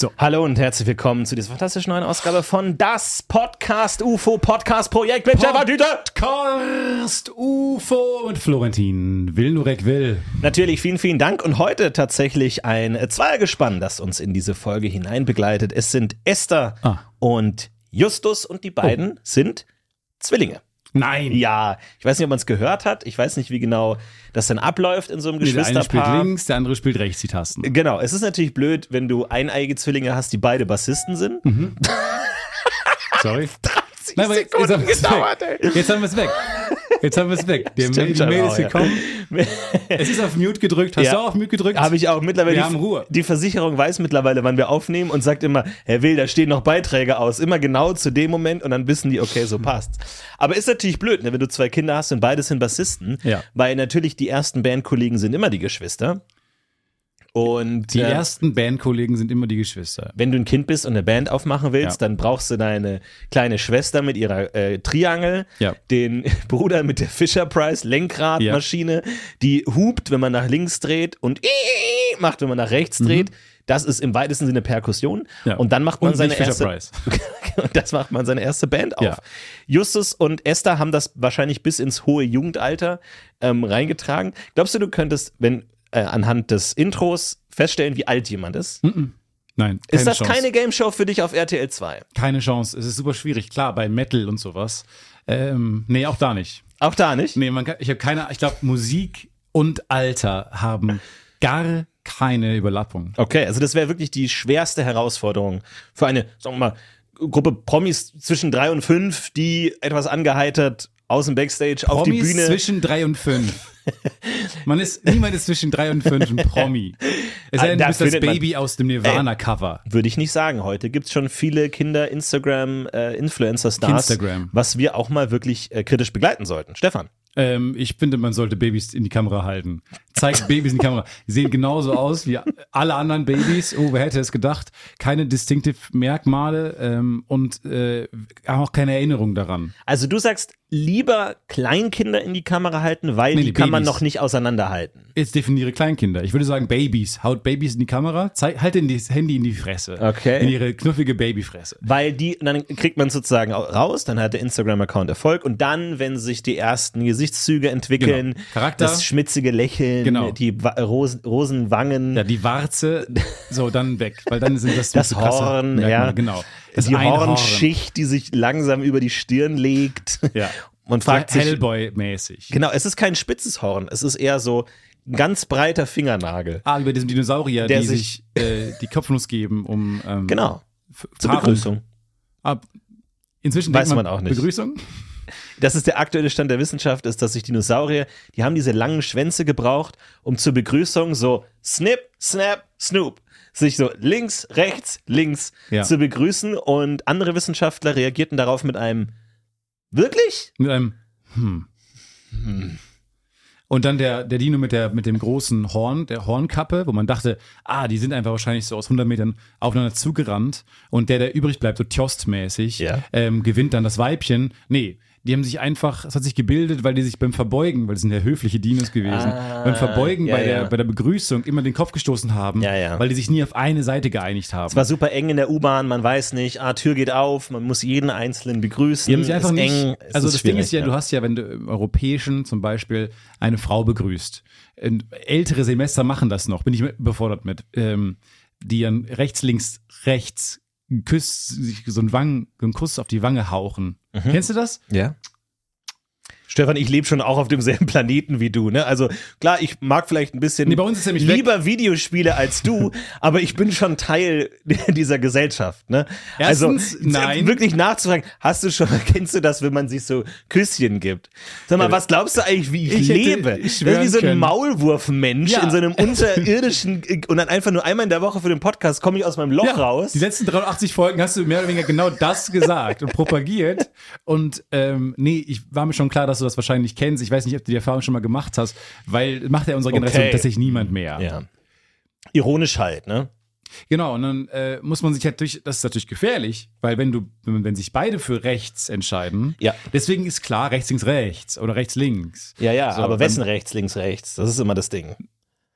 So, hallo und herzlich willkommen zu dieser fantastischen neuen Ausgabe von Das Podcast UFO Podcast Projekt mit Stefan Düter. Podcast UFO und Florentin will Nurek will. Natürlich vielen, vielen Dank und heute tatsächlich ein Zweiergespann, das uns in diese Folge hinein begleitet. Es sind Esther Ah. Oh. und Justus und die beiden sind Zwillinge. Nein. Ja, ich weiß nicht, ob man es gehört hat. Ich weiß nicht, wie genau das dann abläuft in so einem Nee, der eine spielt Geschwisterpaar. links, der andere spielt rechts die Tasten. Genau, es ist natürlich blöd, wenn du eineige Zwillinge hast, die beide Bassisten sind. Sorry. 30 Mhm. Nein, aber jetzt- jetzt haben Sekunden wir es gedauert, weg. ey. Jetzt haben wir es weg. Jetzt haben wir es weg. Der Mail, die schon Mail auch, ist ja. gekommen. Es ist auf Mute gedrückt. Hast Ja. du auch auf Mute gedrückt? Habe ich auch mittlerweile. Wir die- haben Ruhe. Die Versicherung weiß mittlerweile, wann wir aufnehmen und sagt immer, Herr Will, da stehen noch Beiträge aus. Immer genau zu dem Moment und dann wissen die, okay, Hm. so passt. Aber ist natürlich blöd, ne, wenn du zwei Kinder hast und beides sind Bassisten, Ja. weil natürlich die ersten Bandkollegen sind immer die Geschwister. Und Die äh, ersten Bandkollegen sind immer die Geschwister. wenn du ein Kind bist und eine Band aufmachen willst, Ja. dann brauchst du deine kleine Schwester mit ihrer äh, Triangel, Ja. den Bruder mit der Fisher Price Ja. Lenkradmaschine, die hupt, wenn man nach links dreht und macht, wenn man nach rechts dreht. Das ist im weitesten Sinne Perkussion. Mhm. Ja. Und dann macht man Und seine nicht Fisher erste. Price. und das macht man seine erste Band auf. Ja. Justus und Esther haben das wahrscheinlich bis ins hohe Jugendalter ähm, reingetragen. Glaubst du, du könntest, wenn äh, anhand des Intros feststellen, wie alt jemand ist? Nein. Ist das Chance. keine Game Show für dich auf RTL 2? Keine Chance. Es ist super schwierig. Klar, bei Metal und sowas. Ähm, nee, auch da nicht. Auch da nicht? Nee, man kann, ich habe keine, ich glaube, Musik und Alter haben gar keine Überlappung. Okay, also das wäre wirklich die schwerste Herausforderung für eine, sagen wir mal, Gruppe Promis zwischen drei und fünf, die etwas angeheitert aus dem Backstage auf die Promis Bühne. zwischen drei und fünf. Man ist, niemand ist zwischen drei und fünf ein Promi. Es sei denn, Da du bist das findet man- Baby aus dem Nirvana-Cover. Würde ich nicht sagen. Heute gibt es schon viele Kinder, Instagram, äh, Influencer-Stars, Kinstagram. was wir auch mal wirklich äh, kritisch begleiten sollten. Stefan. Ähm, ich finde, man sollte Babys in die Kamera halten. Zeigt Babys in die Kamera. Die sehen genauso aus wie alle anderen Babys. Oh, wer hätte es gedacht? Keine distinctive Merkmale ähm, und äh, haben auch keine Erinnerung daran. Also du sagst, lieber Kleinkinder in die Kamera halten, weil Nee, die die kann man Babys. noch nicht auseinanderhalten. Jetzt definiere Kleinkinder. Ich würde sagen Babys. Haut Babys in die Kamera, zeig, halt in das Handy in die Fresse. Okay. In ihre knuffige Babyfresse. Weil die, und dann kriegt man sozusagen au- raus, dann hat der Instagram-Account Erfolg und dann, wenn sich die ersten Gesichtszüge entwickeln, Genau. Charakter. das schmitzige Lächeln, Genau. die Wa- Rosen, Rosenwangen, Ja, die Warze, so dann weg, weil dann sind das Das so krasse Horn, Merkmale. ja. genau. Das die eine Horn. Hornschicht, die sich langsam über die Stirn legt. Ja. Man fragt sich, Hellboy-mäßig. genau, es ist kein spitzes Horn, es ist eher so ein ganz breiter Fingernagel. Ah, über diesen Dinosaurier, Der die sich- sich äh, die Kopfnuss geben, um ähm, Genau, f- zur Paarung Begrüßung. Ab. Inzwischen Weiß denkt man auch nicht. Begrüßung? Das ist der aktuelle Stand der Wissenschaft, ist, dass sich Dinosaurier, die haben diese langen Schwänze gebraucht, um zur Begrüßung so snip, snap, snoop, sich so links, rechts, links Ja. zu begrüßen. Und andere Wissenschaftler reagierten darauf mit einem Wirklich? Mit einem hm. Und dann der, der Dino mit, der, mit dem großen Horn, der Hornkappe, wo man dachte, ah, die sind einfach wahrscheinlich so aus 100 Metern aufeinander zugerannt. Und der, der übrig bleibt, so Tjost-mäßig, Ja. ähm, gewinnt dann das Weibchen. Nee, die haben sich einfach, es hat sich gebildet, weil die sich beim Verbeugen, weil das sind ja höfliche Dinos gewesen, Ah, beim Verbeugen ja, bei, der, ja. bei der Begrüßung immer den Kopf gestoßen haben, Ja, ja. weil die sich nie auf eine Seite geeinigt haben. Es war super eng in der U-Bahn, man weiß nicht, ah, Tür geht auf, man muss jeden Einzelnen begrüßen. Die haben sich einfach ist nicht. eng, Ähm, es also das Ding schwierig, ist ja, du hast ja, wenn du im Europäischen zum Beispiel eine Frau begrüßt, und ältere Semester machen das noch, bin ich überfordert mit, ähm, die dann rechts, links, rechts einen Kuss, sich so einen, Wangen, einen Kuss auf die Wange hauchen. Mhm. Kennst du das? Ja. Stefan, ich lebe schon auch auf demselben Planeten wie du, ne? Also klar, ich mag vielleicht ein bisschen Nee, bei uns ist nämlich weg. lieber Videospiele als du, aber ich bin schon Teil dieser Gesellschaft, ne? Erstens, also nein. wirklich nachzufragen, hast du schon, kennst du das, wenn man sich so Küsschen gibt? Sag mal, was glaubst du eigentlich, wie ich, Ich hätte lebe? das ist wie schwören so ein können. Maulwurfmensch Ja. in so einem unterirdischen und dann einfach nur einmal in der Woche für den Podcast komme ich aus meinem Loch raus. Die letzten 380 Folgen hast du mehr oder weniger genau das gesagt und propagiert. Und ähm, nee, ich war mir schon klar, dass du das wahrscheinlich kennst. Ich weiß nicht, ob du die Erfahrung schon mal gemacht hast, weil macht ja unsere Generation Okay. tatsächlich niemand mehr. Ja. Ironisch halt, ne? Genau, und dann äh, muss man sich natürlich, das ist natürlich gefährlich, weil wenn du, wenn, wenn sich beide für rechts entscheiden, Ja. deswegen ist klar, rechts, links, rechts oder rechts, links. Ja, ja, So, aber dann- wessen rechts, links, rechts? Das ist immer das Ding.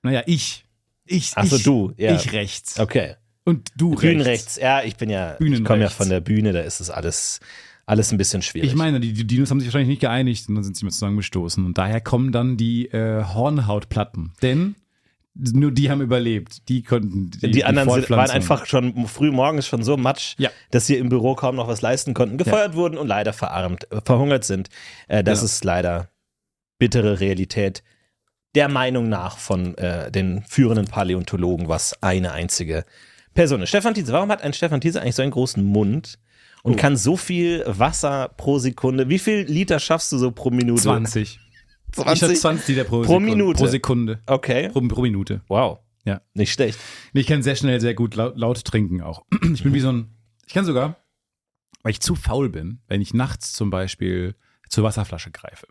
Naja, ich. Ich, Ach so, ich, du, ja. Ich rechts. Okay. Und du rechts. Bühnenrechts, ja, ich bin ja, ich komme ja Bühnenrechts. von der Bühne, da ist es alles, alles ein bisschen schwierig. Ich meine, die, die Dinos haben sich wahrscheinlich nicht geeinigt und dann sind sie mal zusammengestoßen. Und daher kommen dann die äh, Hornhautplatten. Denn nur die haben überlebt. Die konnten. die, anderen sind, waren Fortpflanzung. einfach schon früh morgens schon so matsch, Ja. dass sie im Büro kaum noch was leisten konnten, gefeuert wurden und leider verarmt, äh, verhungert sind. Äh, das Ja. ist leider bittere Realität der Meinung nach von äh, den führenden Paläontologen, was eine einzige Person ist. Stefan Tietze, warum hat ein Stefan Tietze eigentlich so einen großen Mund? Oh. Und kann so viel Wasser pro Sekunde, wie viel Liter schaffst du so pro Minute? 20. Ich hatte 20 Liter pro, Also Pro Sekunde, Minute. Pro Sekunde. Okay. Pro, pro Minute. Wow. Ja. Nicht schlecht. Nee, Ich kann sehr schnell, sehr gut laut, laut trinken auch. Ich bin wie so ein. Ich kann sogar, weil ich zu faul bin, wenn ich nachts zum Beispiel zur Wasserflasche greife,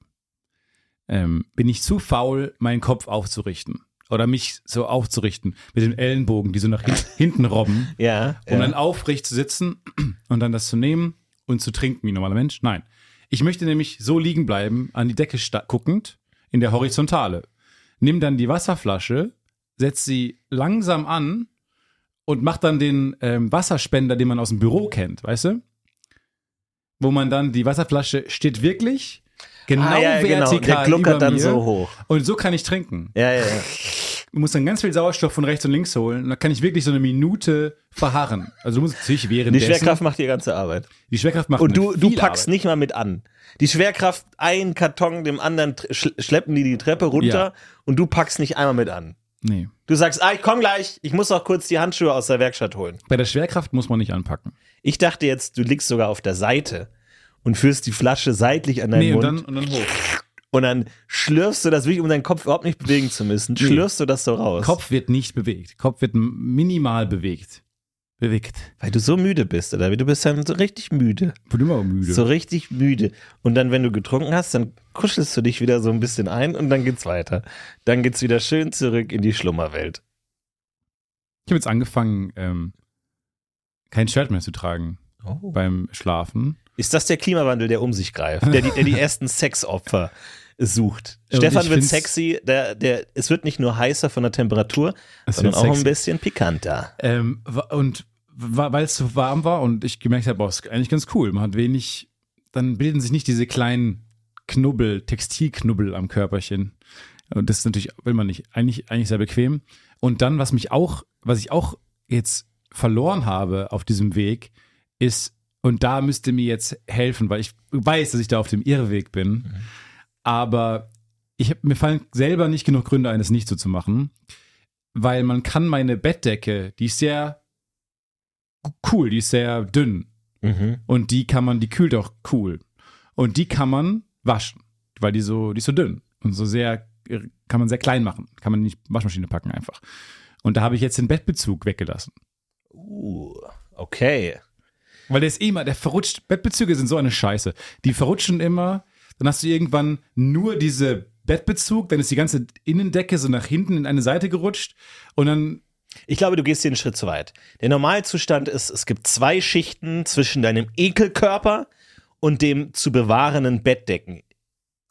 ähm, bin ich zu faul, meinen Kopf aufzurichten. Oder mich so aufzurichten mit den Ellenbogen, die so nach hint- hinten robben. Ja. um ja. dann aufrecht zu sitzen und dann das zu nehmen und zu trinken wie ein normaler Mensch. Nein. Ich möchte nämlich so liegen bleiben, an die Decke sta- guckend, in der Horizontale. Nimm dann die Wasserflasche, setz sie langsam an und mach dann den ähm, Wasserspender, den man aus dem Büro kennt, weißt du? Wo man dann die Wasserflasche steht wirklich genau Ah, ja, genau. vertikal Der gluckert über dann mir so hoch. Und so kann ich trinken. ja, ja, ja. Du musst dann ganz viel Sauerstoff von rechts und links holen. Und dann kann ich wirklich so eine Minute verharren. Also du musst natürlich während Die Schwerkraft macht die ganze Arbeit. die Schwerkraft macht Und du, eine du viel packst Arbeit. nicht mal mit an. Die Schwerkraft, einen Karton dem anderen tr- schl- schleppen die die Treppe runter und du packst nicht einmal mit an. Nee. Du sagst, ah, ich komm gleich, ich muss noch kurz die Handschuhe aus der Werkstatt holen. Bei der Schwerkraft muss man nicht anpacken. Ich dachte jetzt, du liegst sogar auf der Seite und führst die Flasche seitlich an deinen nee, Mund und dann und dann hoch. und dann schlürfst du das wirklich, um deinen Kopf überhaupt nicht bewegen zu müssen, schlürfst du das so raus. Kopf wird nicht bewegt. Kopf wird m- minimal bewegt. Bewegt. Weil du so müde bist, oder? Du bist dann so richtig müde. Ich bin immer müde. So richtig müde. Und dann, wenn du getrunken hast, dann kuschelst du dich wieder so ein bisschen ein und dann geht's weiter. Dann geht's wieder schön zurück in die Schlummerwelt. Ich habe jetzt angefangen, ähm, kein Shirt mehr zu tragen beim Schlafen. Ist das der Klimawandel, der um sich greift, der die, der die ersten Sexopfer sucht? Und Stefan ich wird find's- sexy, der, der, es wird nicht nur heißer von der Temperatur, Es sondern wird auch ein sexy. bisschen pikanter. Ähm, wa- und wa- weil es so warm war und ich gemerkt habe, boah, ist eigentlich ganz cool. Man hat wenig, dann bilden sich nicht diese kleinen Knubbel, Textilknubbel am Körperchen. Und das ist natürlich, will man nicht, eigentlich, eigentlich sehr bequem. Und dann, was mich auch, was ich auch jetzt verloren habe auf diesem Weg, ist, und da müsst ihr mir jetzt helfen, weil ich weiß, dass ich da auf dem Irrweg bin. Aber ich hab, mir fallen selber nicht genug Gründe ein, es nicht so zu machen weil man kann meine Bettdecke, die ist sehr cool, die ist sehr dünn Mhm. und die kann man, die kühlt auch cool und die kann man waschen, weil die so, die ist so dünn und so sehr kann man sehr klein machen, kann man in die Waschmaschine packen einfach. Und da habe ich jetzt den Bettbezug weggelassen, Uh, okay. weil der ist eh immer, der verrutscht. Bettbezüge sind so eine Scheiße, die verrutschen immer. Dann hast du irgendwann nur diese Bettbezug, dann ist die ganze Innendecke so nach hinten in eine Seite gerutscht und dann Ich glaube, du gehst hier einen Schritt zu weit. Der Normalzustand ist, es gibt zwei Schichten zwischen deinem Ekelkörper und dem zu bewahrenden Bettdecken.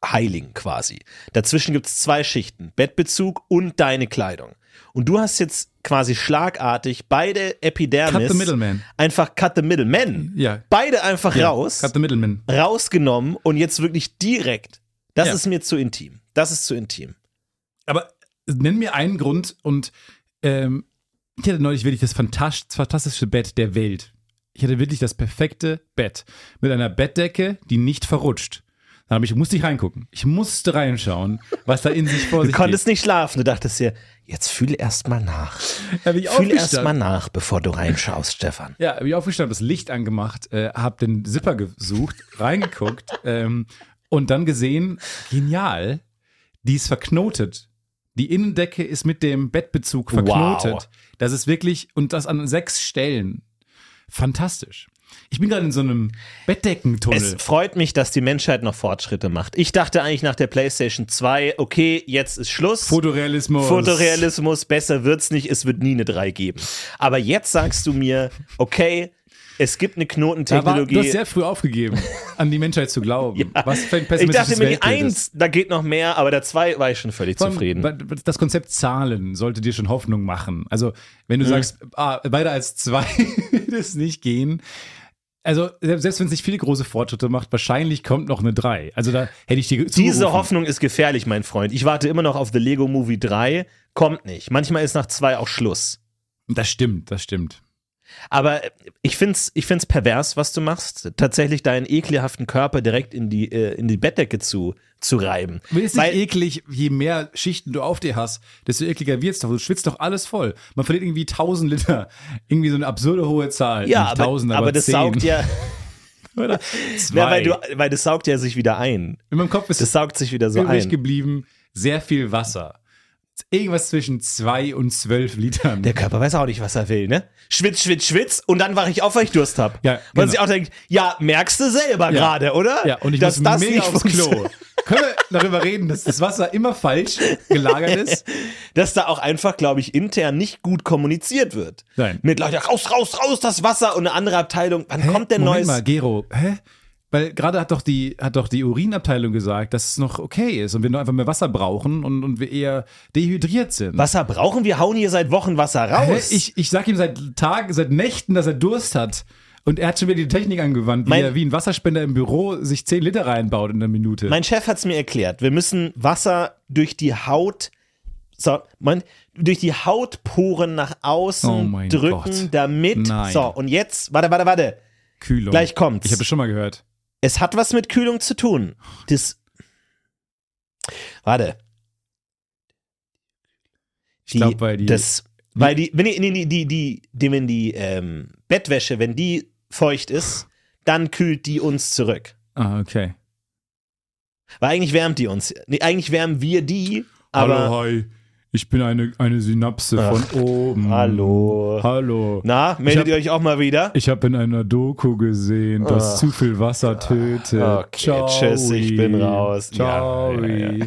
Heiligen quasi. Dazwischen gibt es zwei Schichten, Bettbezug und deine Kleidung. Und du hast jetzt quasi schlagartig beide Epidermis cut the middleman. einfach cut the middle men. Ja, Beide einfach Ja, raus, Cut the middleman. rausgenommen und jetzt wirklich direkt. Das Ja. ist mir zu intim. Das ist zu intim. Aber nenn mir einen Grund und ähm, ich hatte neulich wirklich das fantas- fantastische Bett der Welt. Ich hatte wirklich das perfekte Bett mit einer Bettdecke, die nicht verrutscht. Dann hab ich, musste ich reingucken. Ich musste reinschauen, was da in sich vor Du sich geht. konntest nicht schlafen. Du dachtest dir, jetzt fühl erst mal nach. Da bin ich Fühl aufgestanden. erst mal nach, bevor du reinschaust, Stefan. Ja, bin ich aufgestanden, das Licht angemacht, äh, hab den Zipper gesucht, reingeguckt ähm, und dann gesehen, genial, die ist verknotet. Die Innendecke ist mit dem Bettbezug verknotet. Wow. Das ist wirklich, und das an sechs Stellen. Fantastisch. Ich bin gerade in so einem Bettdeckentunnel. Es freut mich, dass die Menschheit noch Fortschritte macht. Ich dachte eigentlich nach der PlayStation 2, okay, jetzt ist Schluss. Fotorealismus. Fotorealismus, besser wird's nicht, es wird nie eine 3 geben. Aber jetzt sagst du mir, okay, Es gibt eine Da war, du hast Knotentechnologie. sehr früh aufgegeben, an die Menschheit zu glauben. Was für ein Ich dachte pessimistisches mir, die Weltbild eins, ist. da geht noch mehr, aber der zwei war ich schon völlig Vor allem, zufrieden. weil Das Konzept Zahlen sollte dir schon Hoffnung machen. Also, wenn du Mhm. sagst, ah, weiter als zwei wird es nicht gehen. Also, selbst selbst wenn es nicht viele große Fortschritte macht, wahrscheinlich kommt noch eine drei. Also, da hätte ich dir Diese zugerufen. Hoffnung ist gefährlich, mein Freund. Ich warte immer noch auf The Lego Movie 3. Kommt nicht. Manchmal ist nach zwei auch Schluss. Das stimmt, das stimmt. Aber äh, ich find's, ich find's pervers, was du machst, tatsächlich deinen ekelhaften Körper direkt in die, äh, in die Bettdecke zu, zu reiben. Mir ist nicht Weil, eklig, je mehr Schichten du auf dir hast, desto ekliger wird's doch. Du schwitzt doch alles voll. Man verliert irgendwie 1000 Liter. Irgendwie so eine absurde hohe Zahl. ja, nicht aber, 1000, aber, aber das 10. saugt ja, Oder na, weil, zwei. du, weil das saugt ja sich wieder ein. In meinem Kopf ist Das saugt sich wieder so übrig ein. geblieben, sehr viel Wasser. Irgendwas zwischen 2 und 12 Litern. Der Körper weiß auch nicht, was er will, ne? Schwitz, schwitz, schwitz und dann wache ich auf, weil ich Durst hab. Ja, Weil man genau. sich auch denkt, ja, merkst du selber gerade, oder? ja, und ich muss mega aufs Klo. funktioniert. Können wir darüber reden, dass das Wasser immer falsch gelagert ist? dass da auch einfach, glaube ich, intern nicht gut kommuniziert wird. Nein. Mit Leuten, raus, raus, raus, das Wasser und eine andere Abteilung. Wann kommt denn Moment neues? mal, Gero, hä? Weil gerade hat doch die hat doch die Urinabteilung gesagt, dass es noch okay ist und wir nur einfach mehr Wasser brauchen und, und wir eher dehydriert sind. Wasser brauchen wir, hauen hier seit Wochen Wasser Hä? raus. Ich, ich sag ihm seit Tagen, seit Nächten, dass er Durst hat. Und er hat schon wieder die Technik angewandt, wie Mein- er wie ein Wasserspender im Büro sich 10 Liter reinbaut in einer Minute. mein Chef hat es mir erklärt. Wir müssen Wasser durch die Haut, so, man, durch die Hautporen nach Oh außen mein drücken, Gott. damit. Nein. So, und jetzt, warte, warte, warte. Kühlung. Gleich kommt's. Ich habe es schon mal gehört. Es hat was mit Kühlung zu tun. Das. Warte. Ich glaube, weil die. Das, weil die, wenn die, nee, nee, die, die, die, wenn die ähm, Bettwäsche, wenn die feucht ist, dann kühlt die uns zurück. ah, okay. Weil eigentlich wärmt die uns. Nee, eigentlich wärmen wir die, aber. Hallo, hi. Ich bin eine, eine Synapse Ach, von oben. hallo. Hallo. Na, meldet hab- ihr euch auch mal wieder? Ich habe in einer Doku gesehen, dass Ach. Ah, zu viel Wasser tötet. Okay, tschüss, ich bin raus. Ciao. Ja, ja, ja.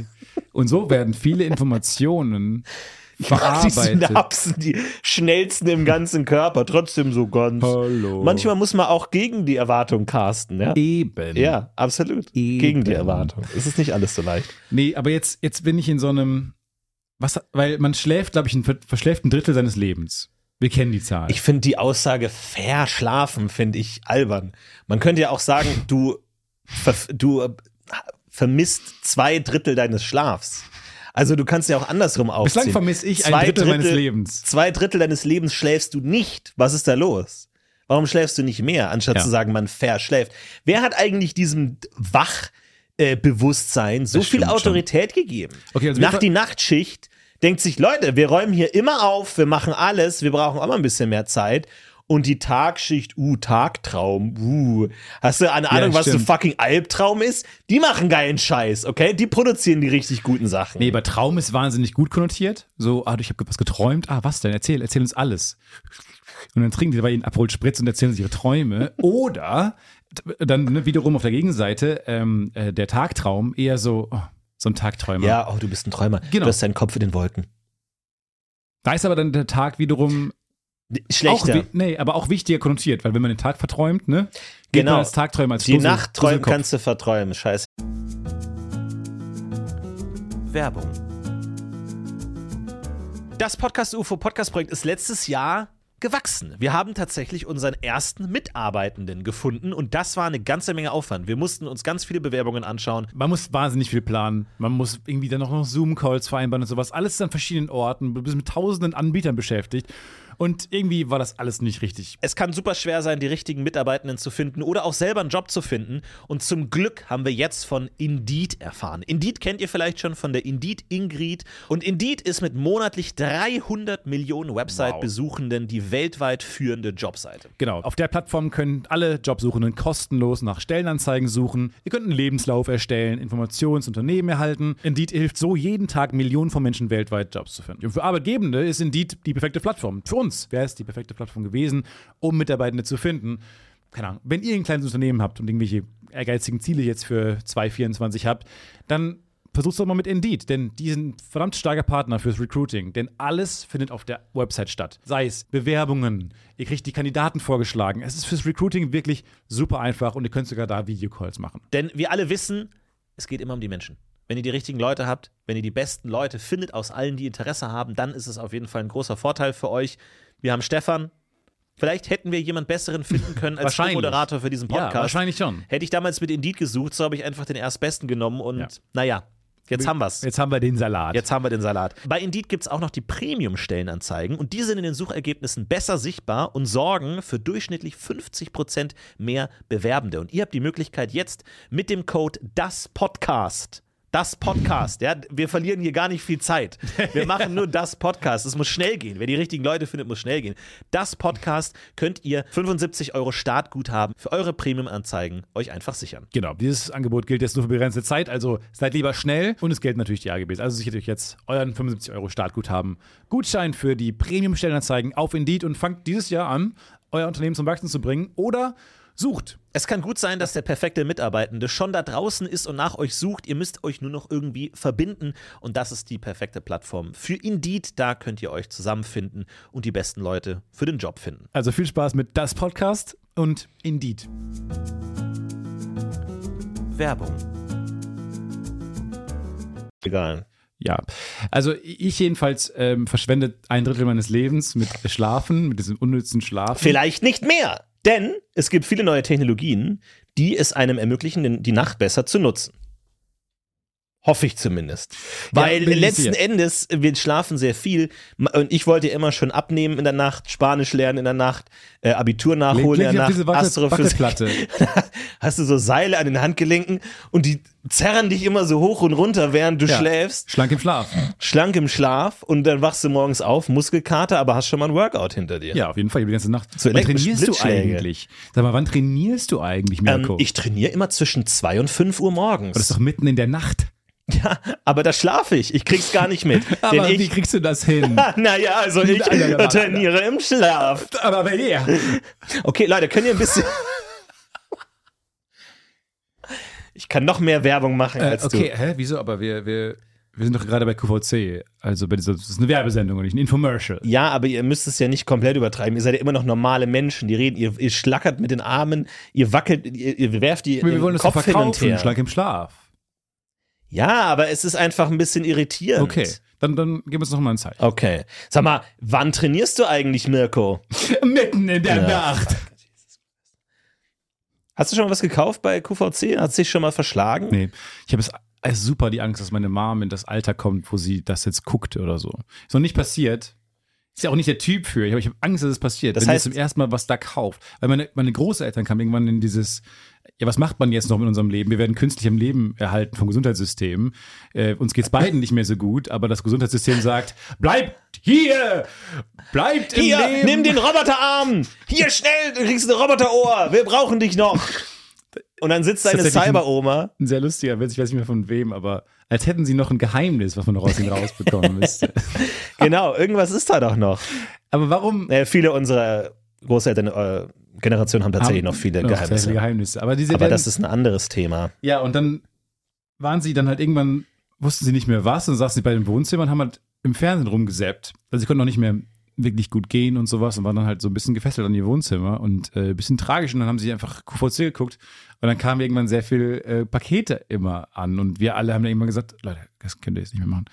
Und so werden viele Informationen Die verarbeitet. Synapsen, die schnellsten im ganzen Körper, trotzdem so ganz. Hallo. Manchmal muss man auch gegen die Erwartung casten, ja? Eben. Ja, absolut. Eben. Gegen die Erwartung. Es ist nicht alles so leicht. Nee, aber jetzt, jetzt bin ich in so einem. Was, weil man schläft, glaube ich, ein, ver- verschläft ein Drittel seines Lebens. Wir kennen die Zahl. Ich finde die Aussage verschlafen, finde ich albern. Man könnte ja auch sagen, du, ver du äh, vermisst zwei Drittel deines Schlafs. Also du kannst ja auch andersrum aufziehen. Bislang vermisse ich ein Zwei Drittel, meines Lebens. Zwei Drittel deines Lebens schläfst du nicht. Was ist da los? Warum schläfst du nicht mehr, anstatt Ja. zu sagen, man verschläft? Wer hat eigentlich diesem Wachbewusstsein so Das viel stimmt schon. Autorität gegeben? Okay, also wir Nach ver- die Nachtschicht denkt sich, Leute, wir räumen hier immer auf, wir machen alles, wir brauchen auch mal ein bisschen mehr Zeit. Und die Tagschicht, uh, Tagtraum, uh. Hast du eine Ahnung, was ein stimmt. fucking Albtraum ist? Die machen geilen Scheiß, okay? Die produzieren die richtig guten Sachen. Nee, aber Traum ist wahnsinnig gut konnotiert. So, ah, ich habe was geträumt. Ah, was denn? Erzähl, erzähl uns alles. Und dann trinken die dabei ihren Aperol Spritz und erzählen sich ihre Träume. Oder t- dann ne, wiederum auf der Gegenseite ähm, äh, der Tagtraum eher so, oh, so ein Tagträumer. ja, oh, du bist ein Träumer. Genau. Du hast deinen Kopf in den Wolken. Da ist aber dann der Tag wiederum auch, Schlechter. wi- nee, aber auch wichtiger konnotiert, weil wenn man den Tag verträumt, ne, geht Genau. man als Tagträumer als Die Dussel- Nacht träumen Dusselkopf. kannst du verträumen, scheiße. Werbung. Das Podcast UFO Podcast Projekt ist letztes Jahr gewachsen. Wir haben tatsächlich unseren ersten Mitarbeitenden gefunden und das war eine ganze Menge Aufwand. Wir mussten uns ganz viele Bewerbungen anschauen. Man muss wahnsinnig viel planen. Man muss irgendwie dann auch noch Zoom-Calls vereinbaren und sowas. Alles ist an verschiedenen Orten. Du bist mit tausenden Anbietern beschäftigt. Und irgendwie war das alles nicht richtig. Es kann super schwer sein, die richtigen Mitarbeitenden zu finden oder auch selber einen Job zu finden. Und zum Glück haben wir jetzt von Indeed erfahren. Indeed kennt ihr vielleicht schon von der Indeed Ingrid. Und Indeed ist mit monatlich 300 Millionen Website-Besuchenden die weltweit führende Jobseite. Genau. Auf der Plattform können alle Jobsuchenden kostenlos nach Stellenanzeigen suchen. Ihr könnt einen Lebenslauf erstellen, Informationen zu Unternehmen erhalten. Indeed hilft so jeden Tag Millionen von Menschen weltweit Jobs zu finden. Und für Arbeitgebende ist Indeed die perfekte Plattform. Für uns wäre es die perfekte Plattform gewesen, um Mitarbeitende zu finden. Keine Ahnung, wenn ihr ein kleines Unternehmen habt und irgendwelche ehrgeizigen Ziele jetzt für 2024 habt, dann versuch's doch mal mit Indeed, denn die sind verdammt starker Partner fürs Recruiting, denn alles findet auf der Website statt. Sei es Bewerbungen, ihr kriegt die Kandidaten vorgeschlagen. Es ist fürs Recruiting wirklich super einfach und ihr könnt sogar da Videocalls machen. Denn wir alle wissen, es geht immer um die Menschen. Wenn ihr die richtigen Leute habt, wenn ihr die besten Leute findet aus allen, die Interesse haben, dann ist es auf jeden Fall ein großer Vorteil für euch. Wir haben Stefan. Vielleicht hätten wir jemand besseren finden können als Wahrscheinlich. Moderator für diesen Podcast. Ja, wahrscheinlich schon. Hätte ich damals mit Indeed gesucht, so habe ich einfach den erstbesten genommen und Ja. naja, jetzt haben wir's. Jetzt haben wir den Salat. Jetzt haben wir den Salat. Bei Indeed gibt es auch noch die Premium-Stellenanzeigen und die sind in den Suchergebnissen besser sichtbar und sorgen für durchschnittlich 50% mehr Bewerbende. Und ihr habt die Möglichkeit jetzt mit dem Code DAS Podcast. Das Podcast, ja, wir verlieren hier gar nicht viel Zeit. Wir machen nur das Podcast. Es muss schnell gehen. Wer die richtigen Leute findet, muss schnell gehen. Das Podcast könnt ihr 75 Euro Startguthaben für eure Premium-Anzeigen euch einfach sichern. Genau, dieses Angebot gilt jetzt nur für begrenzte Zeit, also seid lieber schnell und es gelten natürlich die AGBs. Also sichert euch jetzt euren 75 Euro Startguthaben, Gutschein für die Premium-Stellenanzeigen auf Indeed und fangt dieses Jahr an, euer Unternehmen zum Wachsen zu bringen oder sucht. Es kann gut sein, dass der perfekte Mitarbeitende schon da draußen ist und nach euch sucht. Ihr müsst euch nur noch irgendwie verbinden. Und das ist die perfekte Plattform für Indeed. Da könnt ihr euch zusammenfinden und die besten Leute für den Job finden. Also viel Spaß mit das Podcast und Indeed. Werbung. Egal. Ja, also ich jedenfalls ähm, verschwende ein Drittel meines Lebens mit Schlafen, mit diesem unnützen Schlafen. Vielleicht nicht mehr. Denn es gibt viele neue Technologien, die es einem ermöglichen, den- die Nacht besser zu nutzen. Hoffe ich zumindest. Weil bin ich letzten sehr. Endes, wir schlafen sehr viel. M- Und ich wollte immer schon abnehmen in der Nacht, Spanisch lernen in der Nacht, äh, Abitur nachholen in Leg- leg der dich auf Nacht, diese Wackel- Wackelplatte. Hast du so Seile an den Handgelenken und die zerren dich immer so hoch und runter, während du Ja, schläfst. Schlank im Schlaf. Schlank im Schlaf und dann wachst du morgens auf, Muskelkater, aber hast schon mal ein Workout hinter dir. Ja, auf jeden Fall, die ganze Nacht. So wann elektrische trainierst du Blitzschläge. eigentlich? Sag mal, wann trainierst du eigentlich, Mirko? Ähm, ich trainiere immer zwischen 2 und 5 Uhr morgens. Das ist doch mitten in der Nacht. Ja, aber da schlafe ich. Ich krieg's gar nicht mit. denn wie ich, kriegst du das hin? naja, also ich Alter, Alter, Alter. trainiere im Schlaf. Aber wer? Äh, Ja. Okay, Leute, können ihr ein bisschen. Ich kann noch mehr Werbung machen Äh, als okay, hä, wieso? Aber wir, wir, wir sind doch gerade bei QVC. Also bei dieser, das ist eine Werbesendung und nicht ein Infomercial. du. Ja, aber ihr müsst es ja nicht komplett übertreiben. Ihr seid ja immer noch normale Menschen, die reden, ihr, ihr schlackert mit den Armen, ihr wackelt, ihr, ihr werft die Wir, den wir wollen das doch Kopf hin und verkaufen, her. Schlank im Schlaf. Ja, aber es ist einfach ein bisschen irritierend. Okay, dann, dann geben wir uns nochmal ein Zeichen. Okay. Sag mal, wann trainierst du eigentlich, Mirko? Mitten in der Nacht. Hast du schon mal was gekauft bei QVC? Hat sich schon mal verschlagen? Nee, ich habe es es ist super die Angst, dass meine Mom in das Alter kommt, wo sie das jetzt guckt oder so. Ist noch nicht passiert. Ist ja auch nicht der Typ für. Ich habe ich hab Angst, dass es passiert. Das wenn ihr heißt- zum ersten Mal was da kauft. Weil meine, meine Großeltern kamen irgendwann in dieses, ja, was macht man jetzt noch mit unserem Leben? Wir werden künstlich am Leben erhalten vom Gesundheitssystem. Äh, uns geht's beiden nicht mehr so gut, aber das Gesundheitssystem sagt, bleibt hier! Bleibt im Hier, Leben! nimm den Roboterarm! Hier, schnell, du kriegst ein Roboterohr! Wir brauchen dich noch! Und dann sitzt deine tatsächlich ein- Cyber-Oma. Ein sehr lustiger Witz, ich weiß nicht mehr von wem, aber als hätten sie noch ein Geheimnis, was man noch aus ihnen rausbekommen müsste. Genau, irgendwas ist da doch noch. Aber warum Naja, viele unserer Großeltern, äh, Generation haben tatsächlich noch viele sehr viele Geheimnisse. Geheimnisse. Aber, diese Aber werden, das ist ein anderes Thema. ja, und dann waren sie dann halt irgendwann, wussten sie nicht mehr was und saßen sie bei dem Wohnzimmer und haben halt im Fernsehen rumgesäppt. Also sie konnten auch nicht mehr wirklich gut gehen und sowas und waren dann halt so ein bisschen gefesselt an ihr Wohnzimmer und äh, ein bisschen tragisch und dann haben sie einfach QVC geguckt und dann kamen irgendwann sehr viel äh, Pakete immer an und wir alle haben dann irgendwann gesagt, Leute, das könnt ihr jetzt nicht mehr machen.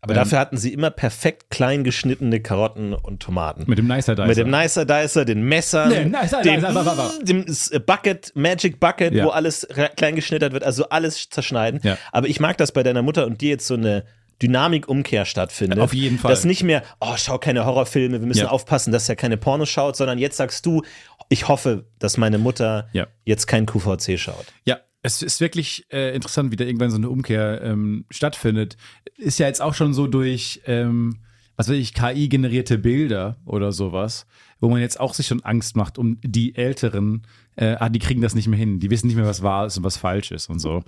Aber dafür hatten sie immer perfekt klein geschnittene Karotten und Tomaten. Mit dem Nicer Dicer. Mit dem Nicer Dicer, den Messern, Nee, Nicer dem, Dicer, wa, wa, wa. dem S- Bucket, Magic Bucket, Ja. wo alles re- klein geschnittert wird, also alles zerschneiden. Ja. Aber ich mag das bei deiner Mutter und dir jetzt so eine Dynamikumkehr stattfindet. Auf jeden Fall. Dass nicht mehr, oh, schau keine Horrorfilme, wir müssen Ja. aufpassen, dass er keine Pornos schaut, sondern jetzt sagst du, ich hoffe, dass meine Mutter Ja. jetzt kein QVC schaut. Ja, es ist wirklich äh, interessant, wie da irgendwann so eine Umkehr ähm, stattfindet. Ist ja jetzt auch schon so durch, ähm, was weiß ich, KI-generierte Bilder oder sowas, wo man jetzt auch sich schon Angst macht um die Älteren. Äh, ah, die kriegen das nicht mehr hin. Die wissen nicht mehr, was wahr ist und was falsch ist und so.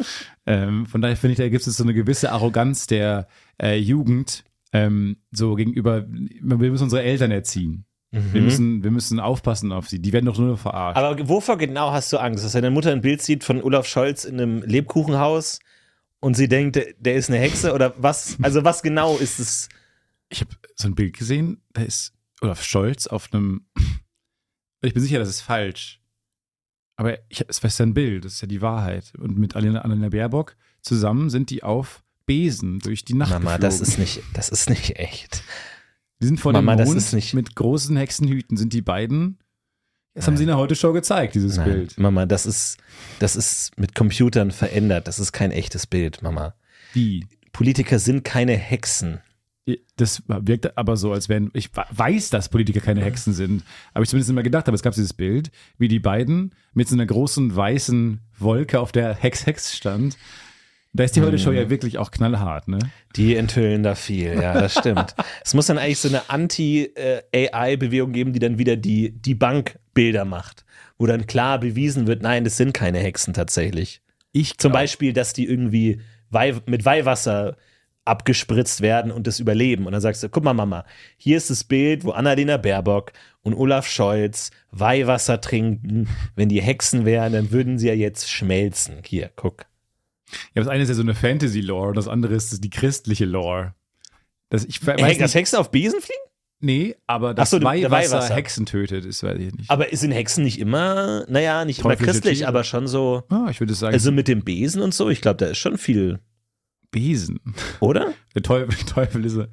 ähm, von daher finde ich, da gibt es so eine gewisse Arroganz der äh, Jugend, ähm, so gegenüber, wir müssen unsere Eltern erziehen. Wir, müssen, wir müssen aufpassen auf sie. Die werden doch nur verarscht. Aber wovor genau hast du Angst? Dass deine Mutter ein Bild sieht von Olaf Scholz in einem Lebkuchenhaus und sie denkt, der- der ist eine Hexe oder was? Also was genau ist es? ich habe so ein Bild gesehen, da ist Olaf Scholz auf einem. Ich bin sicher, das ist falsch. Aber ich, es war ja ein Bild, das ist ja die Wahrheit. Und mit Annalena, Annalena Baerbock zusammen sind die auf Besen durch die Nacht Mama, geflogen. das ist nicht, das ist nicht echt. die sind vor Mama, dem das Mond ist nicht- mit großen Hexenhüten sind die beiden. Das haben Nein. sie in der Heute-Show gezeigt, dieses Nein, Bild. Mama, das ist, das ist mit Computern verändert. Das ist kein echtes Bild, Mama. Die. Politiker sind keine Hexen. Das wirkt aber so, als wären, ich weiß, dass Politiker keine Hexen sind, aber ich zumindest immer gedacht habe, es gab dieses Bild, wie die beiden mit so einer großen weißen Wolke auf der Hex-Hex stand. Da ist die heute Show Mhm. ja wirklich auch knallhart, ne? Die enthüllen da viel, ja, das stimmt. es muss dann eigentlich so eine Anti-AI-Bewegung geben, die dann wieder die, die Bankbilder macht, wo dann klar bewiesen wird, nein, das sind keine Hexen tatsächlich. Ich Zum glaub- Beispiel, dass die irgendwie Weih mit Weihwasser abgespritzt werden und das überleben. Und dann sagst du, guck mal, Mama, hier ist das Bild, wo Annalena Baerbock und Olaf Scholz Weihwasser trinken. Wenn die Hexen wären, dann würden sie ja jetzt schmelzen. Hier, guck. Ja, das eine ist ja so eine Fantasy-Lore, das andere ist die christliche Lore. Das, ich we- Hex, weiß dass nicht, Hexen auf Besen fliegen? nee, aber das Ach so, der Weihwasser, Weihwasser. Hexen tötet, das weiß ich nicht. Aber sind Hexen nicht immer, naja, nicht immer Teuflische christlich, Tiere. aber schon so. Ah, ich würde sagen, Also mit dem Besen und so, ich glaube, da ist schon viel, Besen. oder? Der Teufel, Teufel ist der,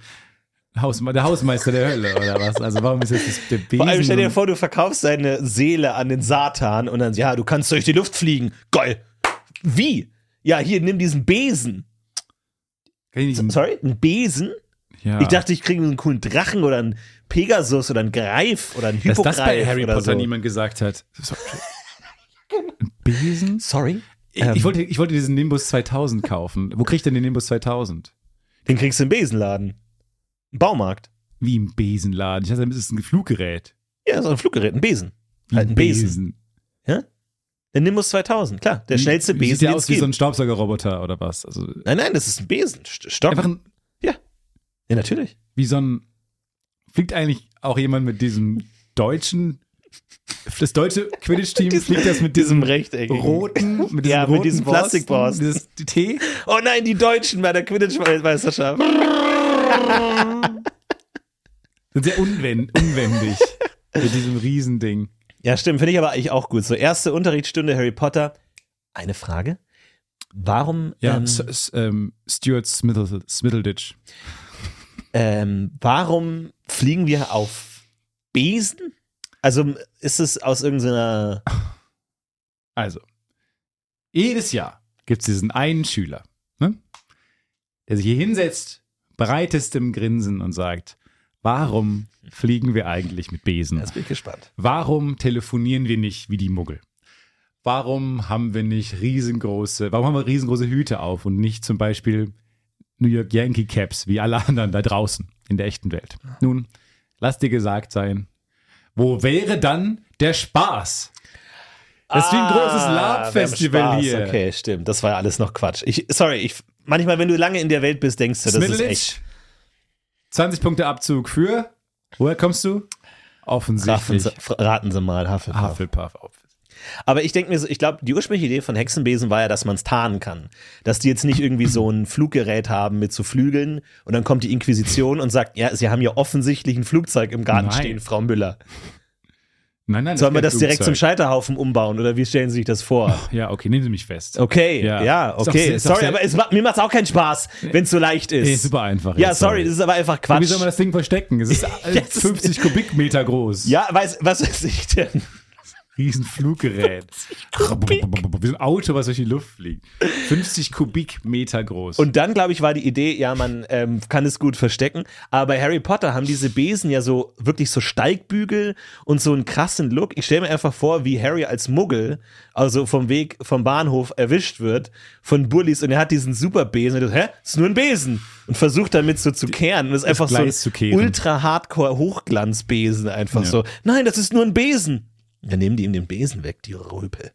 Hausme der Hausmeister der Hölle, oder was? Also warum ist jetzt das, der Besen? Vor allem stell dir und- vor, du verkaufst deine Seele an den Satan und dann, ja, du kannst durch die Luft fliegen. Geil. Wie? Ja, hier, nimm diesen Besen. Kann ich nicht, Sorry, einen Besen? Mhm. ja. Ich dachte, ich kriege einen coolen Drachen oder einen Pegasus oder einen Greif oder einen dass Hippogreif das bei Harry oder Potter so. Genau. niemand gesagt hat. So- Ein Besen? Sorry? Ich, Ähm. ich, wollte, ich wollte diesen Nimbus 2000 kaufen. Wo kriege ich denn den Nimbus 2000? Den kriegst du im Besenladen. Im Baumarkt. Wie im Besenladen. Ich dachte, das ist ein Fluggerät. Ja, so ein Fluggerät, ein Besen. Wie Halt ein Besen. Der Nimbus 2000, klar. Der schnellste Wie- Besen, Sieht der den aus es wie so gibt. ein Staubsaugerroboter oder was? Also Nein, nein, das ist ein Besen. St- Stock. einfach ein, ja, natürlich. wie so ein. Fliegt eigentlich auch jemand mit diesem deutschen. Das deutsche Quidditch-Team fliegt das mit diesem Rechteck. roten, mit diesem Ja, mit roten diesem Borsten, Plastikborsten. Dieses T. Oh nein, die Deutschen bei der Quidditch-Weltmeisterschaft. Sind sehr unwen unwendig mit diesem Riesending. Ja, stimmt. Finde ich aber eigentlich auch gut. So, erste Unterrichtsstunde Harry Potter. Eine Frage. Warum, Ja, ähm, S S ähm, Stuart Smithel- Smithelditch. ähm, warum fliegen wir auf Besen? Also ist es aus irgendeiner. Also, jedes Jahr gibt es diesen einen Schüler, ne? der sich hier hinsetzt, breitestem Grinsen und sagt, warum fliegen wir eigentlich mit Besen? Jetzt bin ich gespannt. Warum telefonieren wir nicht wie die Muggel? Warum haben wir nicht riesengroße, warum haben wir riesengroße Hüte auf und nicht zum Beispiel New York Yankee Caps wie alle anderen da draußen in der echten Welt? Nun, lass dir gesagt sein, wo wäre dann der Spaß? Das ist wie ein großes Lab-Festival wir haben hier. Ah, Spaß. Okay, stimmt. Das war ja alles noch Quatsch. Ich, sorry, ich, manchmal, wenn du lange in der Welt bist, denkst du, das ist Smiddlitch, echt. 20 Punkte Abzug für, woher kommst du? Raten Offensichtlich Sie, raten Sie mal, Hufflepuff. Hufflepuff. Aber ich denke mir, so, ich glaube, die ursprüngliche Idee von Hexenbesen war ja, dass man es tarnen kann. Dass die jetzt nicht irgendwie so ein Fluggerät haben mit so Flügeln und dann kommt die Inquisition und sagt, ja, sie haben ja offensichtlich ein Flugzeug im Garten Nein. stehen, Frau Müller. Nein, nein, Sollen wir ist kein das direkt zum Flugzeug. Scheiterhaufen umbauen oder wie stellen Sie sich das vor? Ja, okay, nehmen Sie mich fest. Okay, ja, Ja. Ist doch okay. sehr- ist doch sorry, sehr- aber es, macht- mir macht es auch keinen Spaß, wenn es so leicht ist. Nee, super einfach. Ja, jetzt, sorry, das ist aber einfach Wie Quatsch. soll man das Ding verstecken? Es ist Das ist- 50 Kubikmeter groß. ja, weiß, was weiß ich denn? Riesenfluggerät. Wie so ein Auto, was durch die Luft fliegt. 50 Kubikmeter groß. Und dann, glaube ich, war die Idee, ja, man ähm, kann es gut verstecken. Aber bei Harry Potter haben diese Besen ja so wirklich so Steigbügel und so einen krassen Look. Ich stelle mir einfach vor, wie Harry als Muggel, also vom Weg vom Bahnhof erwischt wird von Bullies und er hat diesen Superbesen. Und er sagt, Hä? Ist nur ein Besen. Und versucht damit so zu kehren. Und es ist einfach Gleis so zu ein kehren. ultra-hardcore-Hochglanzbesen einfach Ja. so. Nein, das ist nur ein Besen. Dann nehmen die ihm den Besen weg, die Röpel.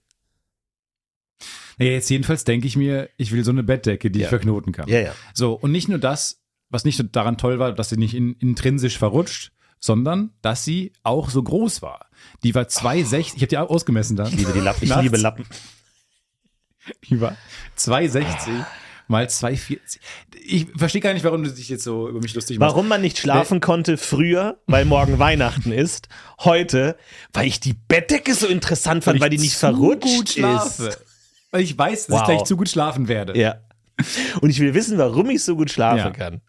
ja, jetzt jedenfalls denke ich mir, ich will so eine Bettdecke, die Ja. ich verknoten kann. Ja, ja. So, und nicht nur das, was nicht nur daran toll war, dass sie nicht in, intrinsisch verrutscht, sondern dass sie auch so groß war. Die war Oh. 2,60. Ich habe die auch ausgemessen da. Ich liebe die Lappen. Ich Nachts. liebe Lappen. Die war 2,60 mal 2,40. Ich verstehe gar nicht, warum du dich jetzt so über mich lustig machst. Warum man nicht schlafen konnte früher, weil morgen Weihnachten ist, heute, weil ich die Bettdecke so interessant fand, weil die nicht zu verrutscht gut schlafe. ist. Weil ich weiß, dass Wow. ich gleich zu gut schlafen werde. Ja. Und ich will wissen, warum ich so gut schlafen Ja. kann.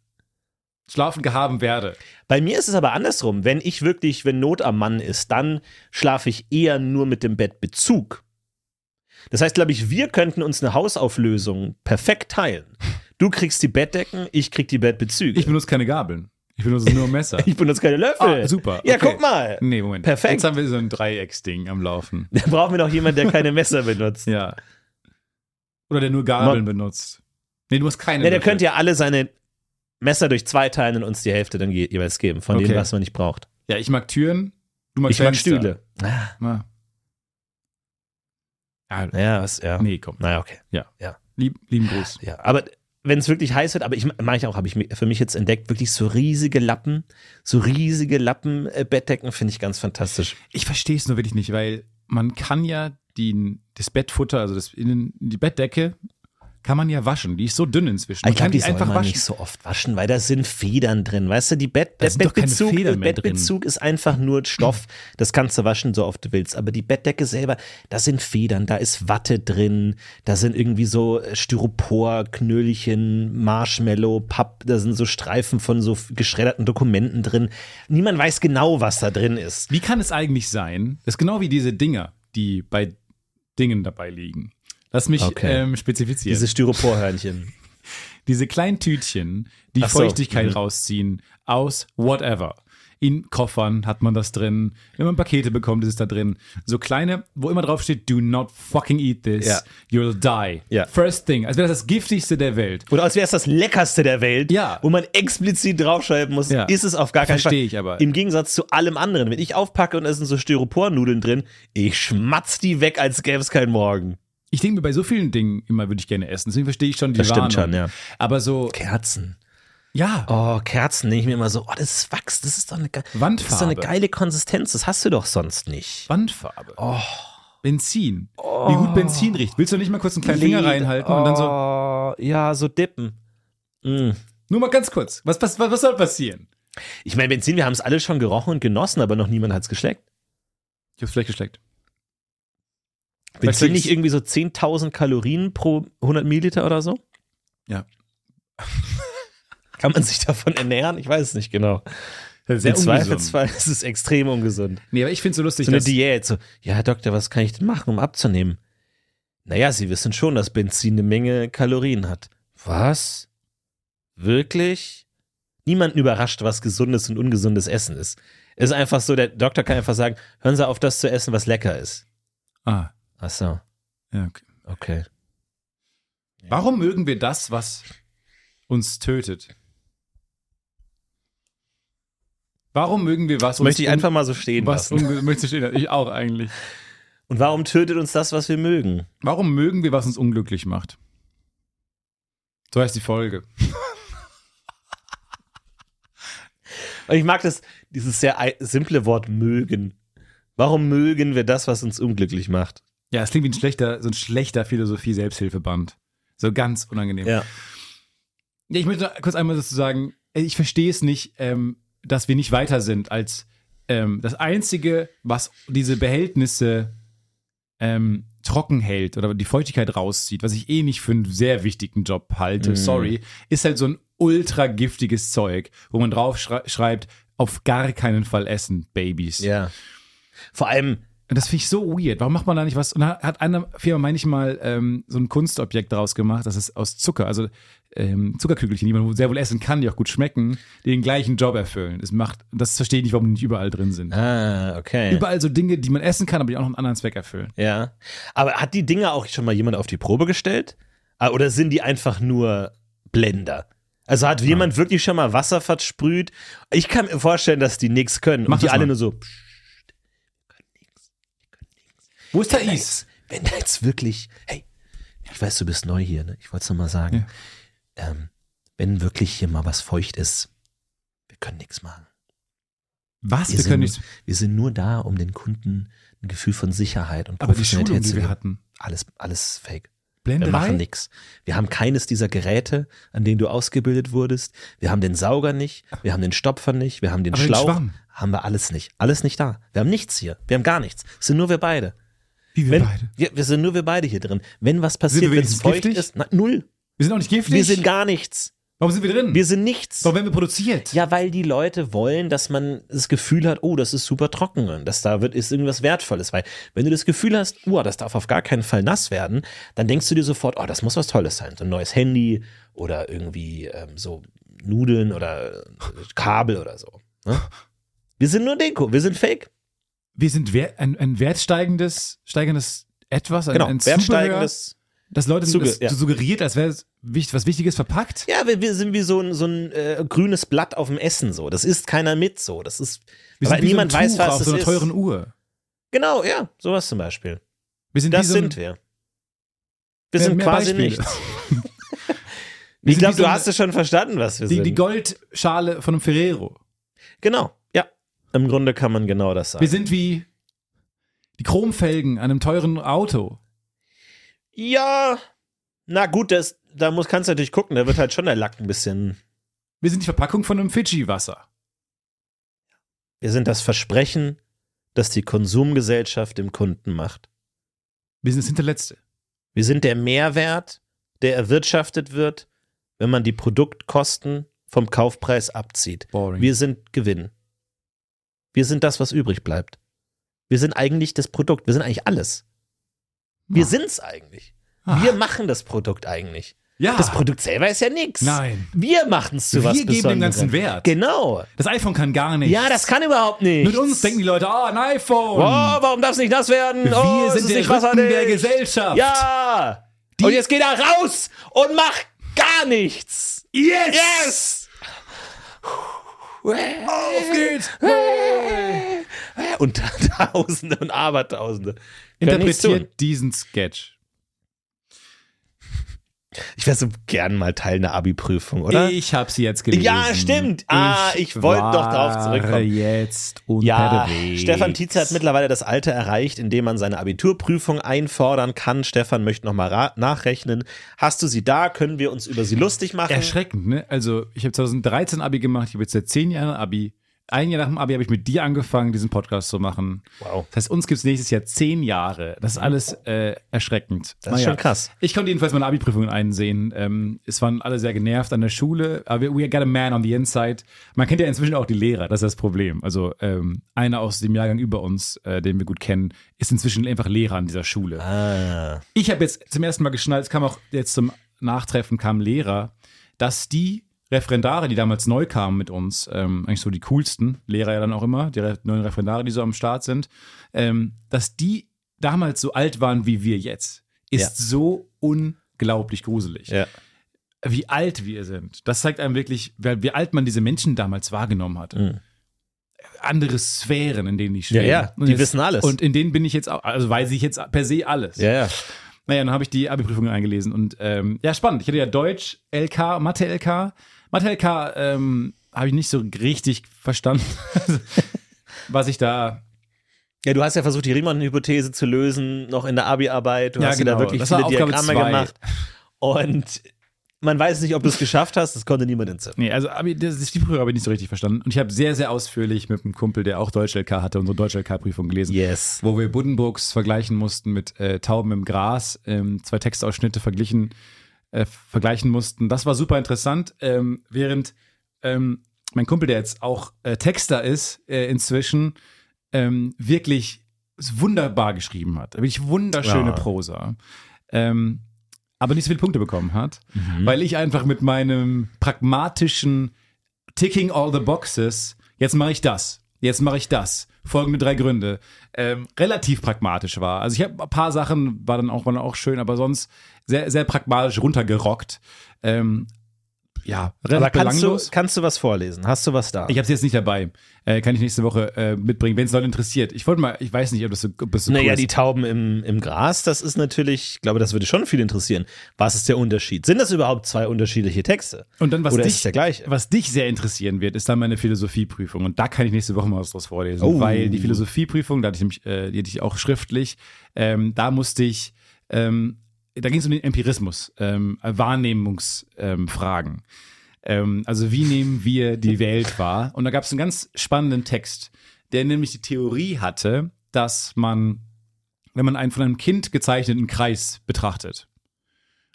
Schlafen gehaben werde. Bei mir ist es aber andersrum. Wenn ich wirklich, wenn Not am Mann ist, dann schlafe ich eher nur mit dem Bettbezug. Das heißt, glaube ich, wir könnten uns eine Hausauflösung perfekt teilen. Du kriegst die Bettdecken, ich krieg die Bettbezüge. Ich benutze keine Gabeln. Ich benutze nur Messer. Ich benutze keine Löffel. Ah, super. Ja, Okay. guck mal. Nee, Moment. Perfekt. Jetzt haben wir so ein Dreiecksding am Laufen. Da brauchen wir noch jemanden, der keine Messer benutzt. Ja. Oder der nur Gabeln benutzt. Nee, du hast keine. Ne, der Löffel. könnte ja alle seine Messer durch zwei teilen und uns die Hälfte dann je- jeweils geben, von dem, Okay. was man nicht braucht. Ja, ich mag Türen, du magst Ich mag Fenster. Stühle. Ah. Ja, Ja, was, ja. nee, komm. Naja, okay. Lieb, lieben Gruß. Ja, aber wenn es wirklich heiß wird, aber ich mache ich auch, habe ich mi- für mich jetzt entdeckt, wirklich so riesige Lappen, so riesige Lappen äh, Bettdecken finde ich ganz fantastisch. Ich verstehe es nur wirklich nicht, weil man kann ja die, das Bettfutter, also das, innen- die Bettdecke, kann man ja waschen. Die ist so dünn inzwischen. Man ich glaube, kann die soll man nicht so oft waschen, weil da sind Federn drin. Weißt du, die Bett, Da der sind doch keine Bettbezug, Federn mehr Bettbezug ist einfach nur Stoff. Das kannst du waschen, so oft du willst. Aber die Bettdecke selber, da sind Federn, da ist Watte drin, da sind irgendwie so äh, Styropor, Knöllchen, Marshmallow, Papp, da sind so Streifen von so f- geschredderten Dokumenten drin. Niemand weiß genau, was da drin ist. Wie kann es eigentlich sein, das ist genau wie diese Dinger, die bei Dingen dabei liegen. Lass mich Okay. ähm, spezifizieren. Diese Diese, Styroporhörnchen. kleinen Tütchen, die Ach so. Feuchtigkeit Mhm. rausziehen aus whatever. In Koffern hat man das drin. Wenn man Pakete bekommt, ist es da drin. So kleine, wo immer drauf steht, do not fucking eat this. Ja. You'll die. Ja. First thing. Als wäre das das giftigste der Welt. Oder als wäre es das Leckerste der Welt, Ja. wo man explizit draufschreiben muss, Ja. ist es auf gar keinen Fall. Verstehe ich aber. Im Gegensatz zu allem anderen. Wenn ich aufpacke und es sind so Styropornudeln drin, ich schmatz die weg, als gäbe es keinen Morgen. Ich denke mir bei so vielen Dingen immer, würde ich gerne essen. Deswegen verstehe ich schon die Das stimmt schon, Warnung. ja. Aber so, Kerzen. ja. Oh, Kerzen denke ich mir immer so, oh, das ist Wachs, das ist doch eine, ge- das ist doch eine Wandfarbe. geile Konsistenz, das hast du doch sonst nicht. Wandfarbe. Oh. Benzin. Wie gut Benzin riecht. Willst du nicht mal kurz einen kleinen Finger reinhalten und dann so. Oh, ja, so dippen. Mm. Nur mal ganz kurz. Was, was, was soll passieren? Ich meine, Benzin, wir haben es alle schon gerochen und genossen, aber noch niemand hat es geschleckt. Ich hab's vielleicht geschleckt. Vielleicht Benzin kriegst- nicht irgendwie so 10.000 Kalorien pro 100 Milliliter oder so? Ja. Kann man sich davon ernähren? Ich weiß es nicht genau. Sehr Im Zweifelsfall ist es extrem ungesund. Nee, aber ich find's so lustig, So eine dass. Diät. So, ja, Herr Doktor, was kann ich denn machen, um abzunehmen? Naja, Sie wissen schon, dass Benzin eine Menge Kalorien hat. Was? Wirklich? Niemanden überrascht, was gesundes und ungesundes Essen ist. Es ist einfach so, der Doktor kann einfach sagen, hören Sie auf, das zu essen, was lecker ist. ah, Ach so, ja, okay. okay. Warum mögen wir das, was uns tötet? Warum mögen wir was Das möchte ich un- einfach mal so stehen was lassen. unge- möchte ich stehen lassen? Ich auch eigentlich. Und warum tötet uns das, was wir mögen? Warum mögen wir, was uns unglücklich macht? So heißt die Folge. Und ich mag das, dieses sehr ei- simple Wort mögen. Warum mögen wir das, was uns unglücklich macht? Ja, es klingt wie ein schlechter, so ein schlechter Philosophie-Selbsthilfeband. So ganz unangenehm. Ja. Ja, ich möchte kurz einmal dazu sagen, äh, ich verstehe es nicht, ähm, dass wir nicht weiter sind als ähm, das Einzige, was diese Behältnisse ähm, trocken hält oder die Feuchtigkeit rauszieht, was ich eh nicht für einen sehr wichtigen Job halte, sorry, ist halt so ein ultra giftiges Zeug, wo man drauf schrei- schreibt, auf gar keinen Fall essen, Babys. Ja. Vor allem, Und das finde ich so weird. Warum macht man da nicht was? Und da hat eine Firma, meine ich mal, ähm, so ein Kunstobjekt draus gemacht. Das ist aus Zucker, also ähm, Zuckerkügelchen, die man sehr wohl essen kann, die auch gut schmecken, die den gleichen Job erfüllen. Das macht, das verstehe ich nicht, warum die nicht überall drin sind. ah, okay. Überall so Dinge, die man essen kann, aber die auch noch einen anderen Zweck erfüllen. ja. Aber hat die Dinge auch schon mal jemand auf die Probe gestellt? Ah, Oder sind die einfach nur Blender? Also hat jemand wirklich schon mal Wasser versprüht? Ich kann mir vorstellen, dass die nichts können. Mach und die das alle mal. nur so, psch, Wo ist Thais? wenn da jetzt wirklich, hey, ich weiß, du bist neu hier, ne? Ich wollte es nur mal sagen. Ähm, wenn wirklich hier mal was feucht ist, wir können nichts machen. Was? Wir sind, können nicht. wir sind nur da, um den Kunden ein Gefühl von Sicherheit und Aber die Schulung, Professionalität die zu wir geben. hatten. Alles, alles fake. Wir Blenderei? machen nichts. Wir haben keines dieser Geräte, an denen du ausgebildet wurdest. Wir haben den Sauger nicht, wir haben den Stopfer nicht, wir haben den Aber den Schlauch. Schwamm. haben wir alles nicht. Alles nicht da. Wir haben nichts hier. Wir haben gar nichts. Es sind nur wir beide. Wie wir Wenn, beide. ja, wir sind nur wir beide hier drin. Wenn was passiert, wenn es wenigstens feucht giftig? ist, na, null. Wir sind auch nicht giftig. Wir sind gar nichts. Warum sind wir drin? Wir sind nichts. Warum werden wir produziert? Ja, weil die Leute wollen, dass man das Gefühl hat, oh, das ist super trocken und dass da wird, ist irgendwas Wertvolles. Weil wenn du das Gefühl hast, oh, das darf auf gar keinen Fall nass werden, dann denkst du dir sofort, oh, das muss was Tolles sein. So ein neues Handy oder irgendwie ähm, so Nudeln oder äh, Kabel oder so. Ne? Wir sind nur Deko, wir sind Fake. Wir sind wer ein, ein wertsteigendes steigendes etwas, ein, Genau, ein wertsteigendes. Zubehör, das Leute Zuge- das ja. suggeriert, als wäre es wichtig- was Wichtiges verpackt. Ja, wir, wir sind wie so ein, so ein äh, grünes Blatt auf dem Essen so. Das isst keiner mit so. Das ist, Wir weil sind wie niemand so ein weiß, Tuch was auf das so einer ist. teuren Uhr. Genau, ja, sowas zum Beispiel. Wir sind Das wie so ein, sind wir. Wir sind mehr quasi Beispiele. nichts. Wir Ich sind glaube, wie so du ein- hast es schon verstanden, was wir Die, sind. die Goldschale von einem Ferrero. genau, ja. Im Grunde kann man genau das sagen. Wir sind wie die Chromfelgen an einem teuren Auto. ja, na gut, das, da muss, kannst du natürlich gucken, da wird halt schon der Lack ein bisschen. Wir sind die Verpackung von einem Fidschi-Wasser. Wir sind das Versprechen, das die Konsumgesellschaft dem Kunden macht. Wir sind das Hinterletzte. Wir sind der Mehrwert, der erwirtschaftet wird, wenn man die Produktkosten vom Kaufpreis abzieht. Boring. Wir sind Gewinn. Wir sind das, was übrig bleibt. Wir sind eigentlich das Produkt. Wir sind eigentlich alles. Wir Ah. sind's eigentlich. Ah. Wir machen das Produkt eigentlich. ja. Das Produkt selber ist ja nichts. Nein. Wir machen es zu was Wir geben dem Besonderem. Ganzen Wert. Genau. Das iPhone kann gar nichts. Ja, das kann überhaupt nicht. Mit uns denken die Leute, oh, ein Oh, iPhone. warum darf es nicht nass werden? oh, Wir es sind ist der nicht Rücken wasserdicht. der Gesellschaft. Ja. und jetzt geht er raus und macht gar nichts. Yes! Yes! Auf geht's! Und Tausende und Abertausende. Können nichts tun. Interpretiert diesen Sketch. Ich wäre so gern mal Teil einer Abi-Prüfung, oder? Ich habe sie jetzt gelesen. Ja, stimmt. Ah, ich wollte doch drauf zurückkommen. war jetzt Ja, unterwegs. Stefan Tietze hat mittlerweile das Alter erreicht, in dem man seine Abiturprüfung einfordern kann. Stefan möchte nochmal nachrechnen. Hast du sie da? Können wir uns über sie lustig machen? Erschreckend, ne? Also, ich habe 2013 Abi gemacht, ich habe jetzt seit zehn Jahren Abi. Ein Jahr nach dem Abi habe ich mit dir angefangen, diesen Podcast zu machen. Wow. Das heißt, uns gibt's nächstes Jahr zehn Jahre. Das ist alles äh, erschreckend. Das ist schon krass. Ich konnte jedenfalls meine Abi-Prüfungen einsehen. Ähm, es waren alle sehr genervt an der Schule. Aber we, we got a man on the inside. Man kennt ja inzwischen auch die Lehrer, das ist das Problem. Also ähm, einer aus dem Jahrgang über uns, äh, den wir gut kennen, ist inzwischen einfach Lehrer an dieser Schule. Ah, Ich habe jetzt zum ersten Mal geschnallt, es kam auch jetzt zum Nachtreffen, kamen Lehrer, dass die Referendare, die damals neu kamen mit uns, ähm, eigentlich so die coolsten Lehrer ja dann auch immer, die re neuen Referendare, die so am Start sind, ähm, dass die damals so alt waren wie wir jetzt, ist Ja. so unglaublich gruselig. ja. Wie alt wir sind. Das zeigt einem wirklich, wie wie alt man diese Menschen damals wahrgenommen hatte Mhm. andere Sphären, in denen ich stehe. Ja, ja, Und die wissen alles. Und in denen bin ich jetzt auch, also weiß ich jetzt per se alles. Ja, ja. Naja, dann habe ich die Abi-Prüfung eingelesen und ähm, ja, spannend. Ich hatte ja Deutsch, LK, Mathe LK. Mathe LK ähm, habe ich nicht so richtig verstanden, was ich da. Ja, du hast ja versucht, die Riemann-Hypothese zu lösen, noch in der Abi-Arbeit. Du Ja, hast dir da genau. wirklich Das war viele Aufgabe Diagramme zwei. gemacht. Und man weiß nicht, ob du es geschafft hast. Das konnte niemand entziffern. Nee, also Abi, das ist die Prüfung habe ich nicht so richtig verstanden. Und ich habe sehr, sehr ausführlich mit einem Kumpel, der auch Deutsch LK hatte, unsere Deutsch LK-Prüfung gelesen. Yes. wo wir Buddenbrooks vergleichen mussten mit äh, Tauben im Gras, ähm, zwei Textausschnitte verglichen, äh, vergleichen mussten. Das war super interessant, ähm, während ähm, mein Kumpel, der jetzt auch äh, Texter ist äh, inzwischen, ähm, wirklich wunderbar geschrieben hat. Wirklich wunderschöne Ja. Prosa. Ähm, aber nicht so viele Punkte bekommen hat, weil ich einfach mit meinem pragmatischen Ticking all the boxes. Jetzt mache ich das. Jetzt mache ich das. Folgende drei Gründe. Ähm, relativ pragmatisch war. Also ich habe ein paar Sachen, war dann auch, waren auch schön, aber sonst sehr, sehr pragmatisch runtergerockt. Ähm, ja, Aber relativ kannst du, belanglos. kannst du was vorlesen? Hast du was da? ich habe es jetzt nicht dabei. Äh, kann ich nächste Woche äh, mitbringen, wenn es Leute interessiert. Ich wollte mal, ich weiß nicht, ob das so, ob das so Naja, cool die ist. Tauben im, im Gras, das ist natürlich, ich glaube, das würde schon viel interessieren. Was ist der Unterschied? Sind das überhaupt zwei unterschiedliche Texte? Und dann, was Oder dich, ist es der gleiche? was dich sehr interessieren wird, ist dann meine Philosophieprüfung. Und da kann ich nächste Woche mal was draus vorlesen. Oh. Weil die Philosophieprüfung, da hatte ich nämlich, äh, die hatte ich auch schriftlich, ähm, da musste ich ähm, da ging es um den Empirismus, ähm, Wahrnehmungsfragen. Ähm, ähm, also wie nehmen wir die Welt wahr? Und da gab es einen ganz spannenden Text, der nämlich die Theorie hatte, dass man, wenn man einen von einem Kind gezeichneten Kreis betrachtet,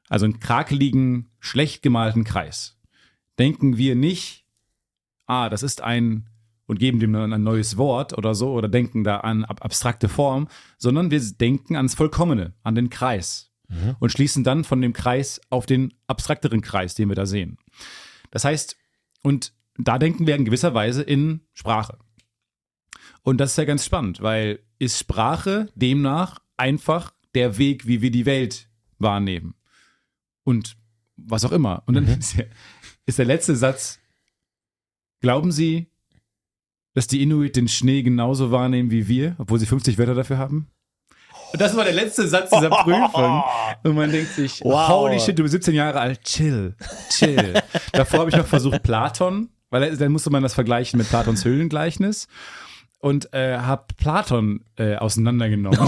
also einen krakeligen, schlecht gemalten Kreis, denken wir nicht, ah, das ist ein und geben dem dann ein neues Wort oder so oder denken da an ab abstrakte Form, sondern wir denken ans Vollkommene, an den Kreis und schließen dann von dem Kreis auf den abstrakteren Kreis, den wir da sehen. Das heißt, und da denken wir in gewisser Weise in Sprache. Und das ist ja ganz spannend, weil ist Sprache demnach einfach der Weg, wie wir die Welt wahrnehmen. Und was auch immer. Und dann ist, der, ist der letzte Satz, glauben Sie, dass die Inuit den Schnee genauso wahrnehmen wie wir, obwohl sie 50 Wörter dafür haben? Und das war der letzte Satz dieser Prüfung. Und man denkt sich, Wow. holy shit, du bist 17 Jahre alt, chill, chill. Davor habe ich noch versucht, Platon, weil er- dann musste man das vergleichen mit Platons Höhlengleichnis. Und äh, habe Platon äh, auseinandergenommen.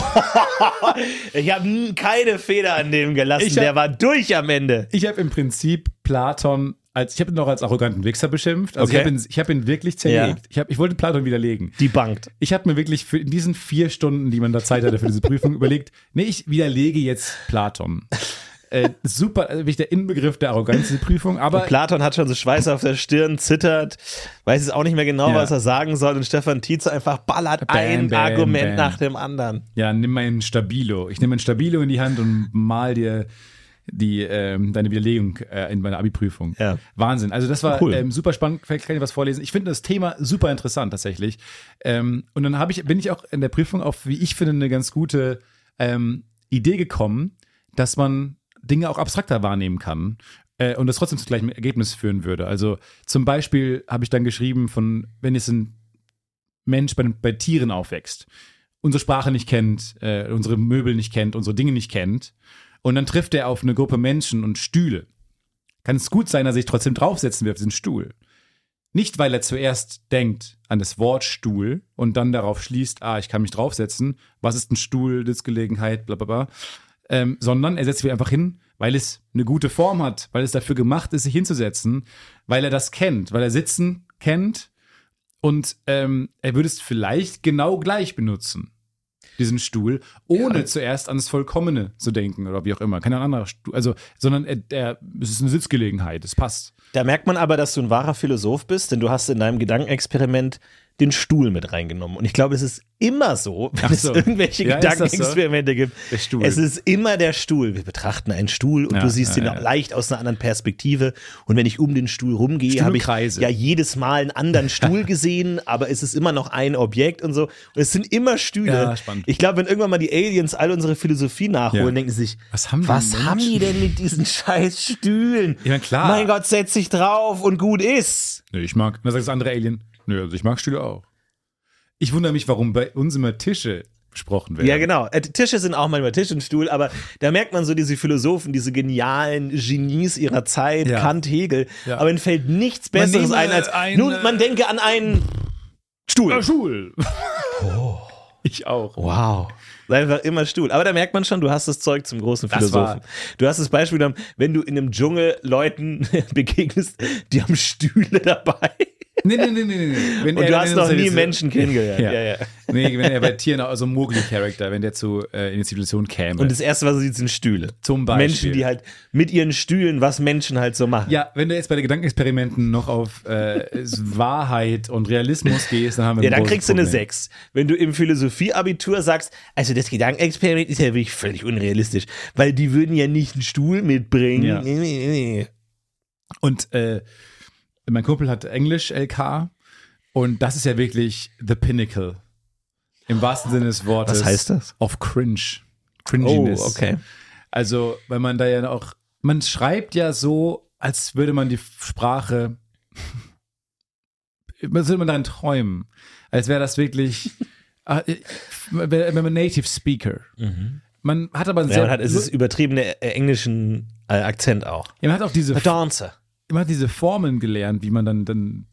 Ich habe keine Feder an dem gelassen. Ich hab- der war durch am Ende. Ich habe im Prinzip Platon als, ich habe ihn noch als arroganten Wichser beschimpft. Also ich Okay. habe ihn, ich hab ihn wirklich zerlegt. Ja. Ich, hab, ich wollte Platon widerlegen. Die bangt. Ich habe mir wirklich für in diesen vier Stunden, die man da Zeit hatte für diese Prüfung, überlegt, nee, ich widerlege jetzt Platon. Äh, super, also wirklich der Inbegriff der Arroganz dieser Prüfung, aber Platon hat schon so Schweiß auf der Stirn, zittert, weiß es auch nicht mehr genau, Ja. was er sagen soll. Und Stefan Tietze einfach ballert Bam, ein bam, Argument bam. nach dem anderen. ja, nimm mein Stabilo. Ich nehme ein Stabilo in die Hand und mal dir die, ähm, deine Widerlegung äh, in meiner Abi-Prüfung. Ja. Wahnsinn. Also das war Cool. ähm, super spannend. Vielleicht kann ich was vorlesen. Ich finde das Thema super interessant tatsächlich. Ähm, und dann habe ich, bin ich auch in der Prüfung auf, wie ich finde, eine ganz gute ähm, Idee gekommen, dass man Dinge auch abstrakter wahrnehmen kann äh, und das trotzdem zu gleichem Ergebnis führen würde. Also zum Beispiel habe ich dann geschrieben von, wenn jetzt ein Mensch bei, bei Tieren aufwächst, unsere Sprache nicht kennt, äh, unsere Möbel nicht kennt, unsere Dinge nicht kennt, und dann trifft er auf eine Gruppe Menschen und Stühle kann es gut sein, dass er sich trotzdem draufsetzen wird auf den Stuhl. Nicht, weil er zuerst denkt an das Wort Stuhl und dann darauf schließt, ah, ich kann mich draufsetzen, was ist ein Stuhl, Sitzgelegenheit, bla bla bla, ähm, sondern er setzt sich einfach hin, weil es eine gute Form hat, weil es dafür gemacht ist, sich hinzusetzen, weil er das kennt, weil er Sitzen kennt und ähm, er würde es vielleicht genau gleich benutzen, diesen Stuhl, ohne zuerst ans Vollkommene zu denken oder wie auch immer. Kein anderer Stuhl, also, sondern er, er, es ist eine Sitzgelegenheit, es passt. Da merkt man aber, dass du ein wahrer Philosoph bist, denn du hast in deinem Gedankenexperiment den Stuhl mit reingenommen. Und ich glaube, es ist immer so, wenn so. es irgendwelche Ja, ist das so? Gedankenexperimente gibt. Der Stuhl. Es ist immer der Stuhl. Wir betrachten einen Stuhl und Ja, du siehst ja, ihn ja. leicht aus einer anderen Perspektive. Und wenn ich um den Stuhl rumgehe, Stuhl habe ich Kreise. ja jedes Mal einen anderen Stuhl gesehen, aber es ist immer noch ein Objekt und so. Und es sind immer Stühle. Ja, spannend. Ich glaube, wenn irgendwann mal die Aliens all unsere Philosophie nachholen, Ja. denken sie sich, Was haben die was Menschen? haben die denn mit diesen scheiß Stühlen? Ja, klar. Mein Gott, setz dich drauf und gut ist. Nö, ich mag. Und dann sagt das andere Alien, nö, also ich mag Stühle auch. Ich wundere mich, warum bei uns immer Tische besprochen werden. Ja, genau. Äh, Tische sind auch manchmal Tisch und Stuhl, aber da merkt man so diese Philosophen, diese genialen Genies ihrer Zeit, Ja. Kant, Hegel. Ja. Aber ihnen fällt nichts Besseres nehme ein als, eine- Oh, nun, man denke an einen Stuhl. Ja, Stuhl. Oh. Ich auch. Wow. Sei einfach immer Stuhl. Aber da merkt man schon, du hast das Zeug zum großen Das Philosophen. war- Du hast das Beispiel genommen, wenn du in einem Dschungel Leuten begegnest, die haben Stühle dabei. Nee, nee, nee, nee, nee, nee. Wenn Und er- du wenn hast er noch so nie diese- Menschen kennengelernt. Ja. Ja, ja. Nee, wenn er bei Tieren, also Mogli-Charakter, wenn der zu äh, in die Zivilisation käme. Und das erste, was du siehst, sind Stühle. Zum Beispiel. Menschen, die halt mit ihren Stühlen, was Menschen halt so machen. ja, wenn du jetzt bei den Gedankenexperimenten noch auf äh, es- Wahrheit und Realismus gehst, dann haben wir Ja, ein dann großes kriegst du eine Problem. 6. Wenn du im Philosophieabitur sagst, also das Gedankenexperiment ist ja wirklich völlig unrealistisch, weil die würden ja nicht einen Stuhl mitbringen. Ja. Nee, nee, nee. Und äh, mein Kumpel hat Englisch LK und das ist ja wirklich the pinnacle. Im wahrsten Sinne des Wortes. Was heißt das? Auf cringe. Oh, Cringiness. okay. Also, weil man da ja auch, man schreibt ja so, als würde man die Sprache, als würde man daran träumen. Als wäre das wirklich, ah, äh, wenn wenn man Native Speaker. Man hat aber einen Mhm. Ja, sehr, man hat, es ist übertriebene äh, englischen äh, Akzent auch. ja, man hat auch diese Dancer. immer diese Formeln gelernt, wie man dann, dann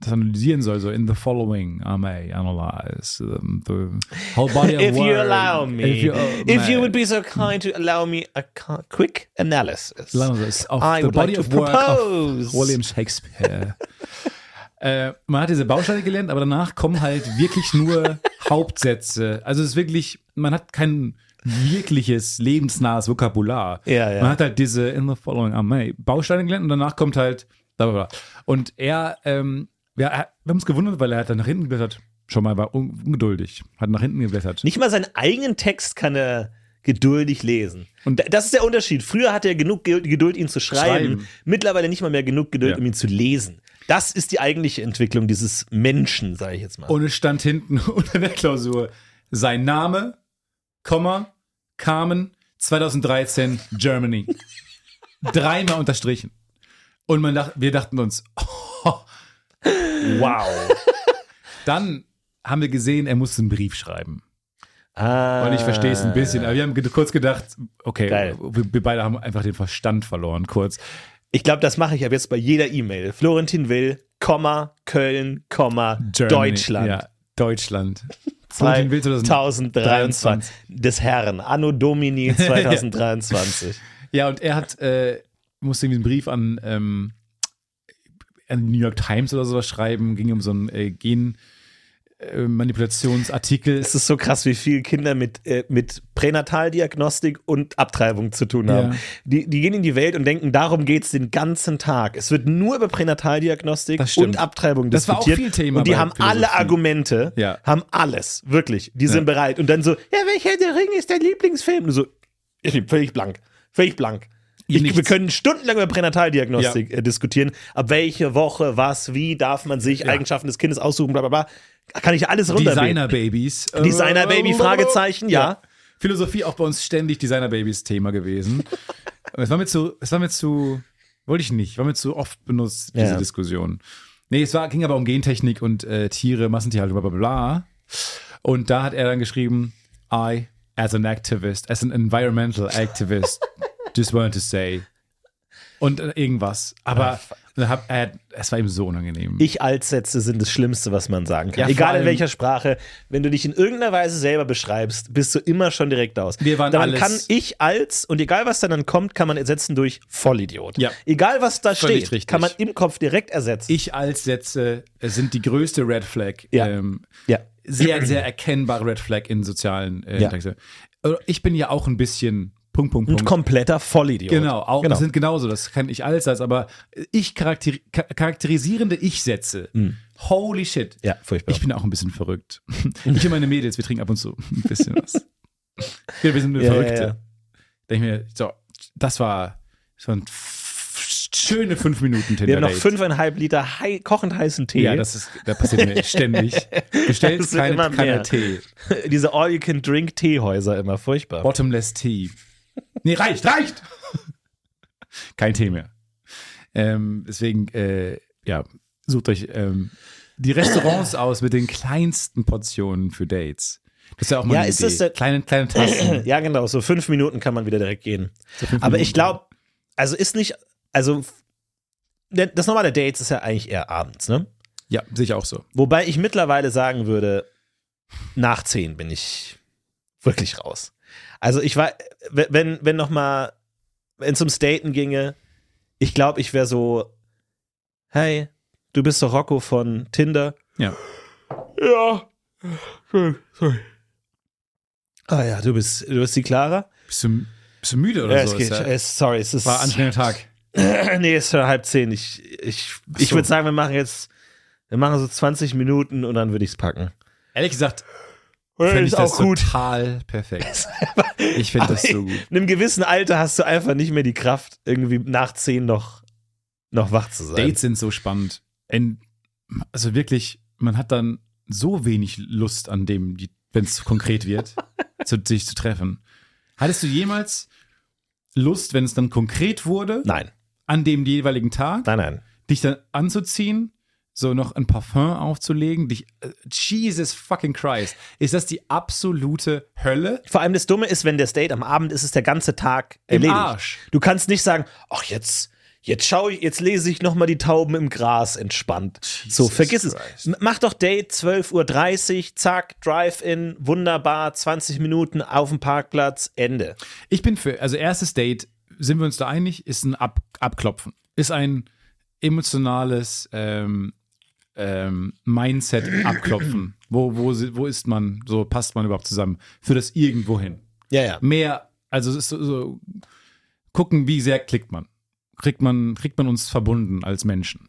das analysieren soll, so in the following I may analyze um, the whole body of If work. you allow me, If you, oh, if you would be so kind to allow me a ca- quick analysis. Analysis of I the would body like to of work propose. of William Shakespeare. äh, man hat diese Bausteine gelernt, aber danach kommen halt wirklich nur Hauptsätze. Also es ist wirklich, man hat kein wirkliches lebensnahes Vokabular. Ja, ja. Man hat halt diese in the following are many Bausteine gelernt und danach kommt halt bla bla bla. Und er, ähm, ja, er- wir haben uns gewundert, weil er hat dann nach hinten geblättert. Schon mal war un- ungeduldig, hat nach hinten geblättert. Nicht mal seinen eigenen Text kann er geduldig lesen. Und Und- das ist der Unterschied. Früher hatte er genug Ge- Geduld, ihn zu schreiben. Schreiben. Mittlerweile nicht mal mehr genug Geduld, Ja. um ihn zu lesen. Das ist die eigentliche Entwicklung dieses Menschen, sage ich jetzt mal. Und es stand hinten unter der Klausur sein Name, Komma, Carmen, 2013, Germany. Dreimal unterstrichen. Und man dacht, wir dachten uns, oh, wow. Dann haben wir gesehen, er muss einen Brief schreiben. ah. Und ich verstehe es ein bisschen. Aber wir haben ge- kurz gedacht, okay, Geil. wir, wir beide haben einfach den Verstand verloren, kurz. Ich glaube, das mache ich ab jetzt bei jeder E-Mail. Florentin Will, Komma, Köln, Komma, Germany, Deutschland. Ja, Deutschland. Putin will 2023. Des Herrn. Anno Domini 2023. Ja, und er hat, äh, musste irgendwie einen Brief an, ähm, an die New York Times oder sowas schreiben, ging um so einen äh, Genmanipulationsartikel. Es ist so krass, wie viele Kinder mit, äh, mit Pränataldiagnostik und Abtreibung zu tun haben. Ja. Die, die gehen in die Welt und denken, darum geht's den ganzen Tag. Es wird nur über Pränataldiagnostik Das stimmt. und Abtreibung Das war auch diskutiert. viel Thema und die bei haben alle Philosophie. Argumente, Ja. haben alles, wirklich. Die sind bereit. Und dann so, ja, welcher der Ring ist dein Lieblingsfilm? Und so, ich bin völlig blank, völlig blank. Ihr Ich, nichts. wir können stundenlang über Pränataldiagnostik äh, diskutieren. Ab welche Woche, was, wie darf man sich Eigenschaften des Kindes aussuchen, bla bla bla. Kann ich alles runterbeten. Designer-Babys. Ähm, Designer-Baby, Fragezeichen, ja. Philosophie auch bei uns ständig Designer-Babys-Thema gewesen. es war mir zu, es war mir zu, wollte ich nicht, war mir zu oft benutzt, diese Ja. Diskussion. Nee, es war, ging aber um Gentechnik und äh, Tiere, Massentierhaltung, bla bla bla. Und da hat er dann geschrieben, I, as an activist, as an environmental activist, just wanted to say. Und äh, irgendwas. Ah, Aber dann hab, er, hat- es war ihm so unangenehm. Ich-Als-Sätze sind das Schlimmste, was man sagen kann. Ja, vor Egal in allem- welcher Sprache, wenn du dich in irgendeiner Weise selber beschreibst, bist du immer schon direkt aus. Wir waren dann alles- kann ich als und egal was dann, dann kommt, kann man ersetzen durch Vollidiot. Ja. Egal was da Völlig steht, richtig. kann man im Kopf direkt ersetzen. ich als Sätze sind die größte Red Flag. Ja. Ähm, ja. Sehr, sehr erkennbare Red Flag in sozialen äh, Ja. Interaktionen. Äh, Ich bin ja auch ein bisschen Punkt, Punkt, Ein Punkt. kompletter Vollidiot. Genau, auch, Genau. das sind genauso, das kann ich alles als, aber ich charakteri cha- charakterisierende Ich-Sätze. Holy shit. Mhm. Ja, furchtbar. Ich bin auch ein bisschen verrückt. Ich und meine Mädels, wir trinken ab und zu ein bisschen was. Wir wir sind eine Ja, Verrückte. ja, ja. Denke ich mir, so, das war schon schöne fünf Minuten Wir haben noch Tinder-Date. fünfeinhalb Liter hei kochend heißen Tee. Ja, das ist, da passiert mir ständig. Bestellt Das wird keine, immer mehr. keine Tee. Diese All-You-Can-Drink-Teehäuser immer furchtbar. Bottomless Tea. Nee, reicht, reicht! Kein Tee mehr. Ähm, deswegen, äh, ja, sucht euch ähm, die Restaurants aus mit den kleinsten Portionen für Dates. Das ist ja auch mal Ja, eine ist Idee. das der- kleine, kleine Tassen. Ja, genau, so fünf Minuten kann man wieder direkt gehen. Aber ich glaube, also ist nicht, also f- der- das normale Dates ist ja eigentlich eher abends, ne? ja, sehe ich auch so. Wobei ich mittlerweile sagen würde, nach zehn bin ich wirklich raus. Also ich war, w- wenn, wenn noch mal, wenn es ums Daten ginge, ich glaube, ich wäre so, hey, du bist doch Rocco von Tinder. Ja. Ja. Sorry. Ah ja, du bist, du bist die Clara. Bist du, bist du müde oder ja, so? es geht, Ist ja- es, sorry, es ist war ein anstrengender Tag. nee, es ist schon halb zehn. Ich, ich, ich so. würde sagen, wir machen jetzt, wir machen so 20 Minuten und dann würde ich es packen. Ehrlich gesagt, Oder finde ich das total perfekt. Ich finde das so gut. In einem gewissen Alter hast du einfach nicht mehr die Kraft, irgendwie nach zehn noch, noch wach zu sein. Dates sind so spannend. Ein- also wirklich, man hat dann so wenig Lust an dem, wenn es konkret wird, zu, sich zu treffen. Hattest du jemals Lust, wenn es dann konkret wurde, Nein, an dem jeweiligen Tag, nein, nein. dich dann anzuziehen, so noch ein Parfum aufzulegen, dich, äh, Jesus fucking Christ, ist das die absolute Hölle? Vor allem das Dumme ist, wenn das Date am Abend ist, ist der ganze Tag Im erledigt. Arsch. Du kannst nicht sagen, ach jetzt, jetzt schaue ich, jetzt lese ich nochmal die Tauben im Gras entspannt. so, Jesus vergiss es. Christ. M- Mach doch Date 12.30 Uhr, zack, Drive-In, wunderbar, 20 Minuten auf dem Parkplatz, Ende. Ich bin für, also erstes Date, sind wir uns da einig, ist ein Ab Abklopfen. Ist ein emotionales ähm, ähm, Mindset-Abklopfen. wo, wo, si- wo ist man, so passt man überhaupt zusammen? Für das irgendwo hin. Ja, ja. Mehr, also es ist so, so gucken, wie sehr klickt man. Kriegt man, kriegt man uns verbunden als Menschen.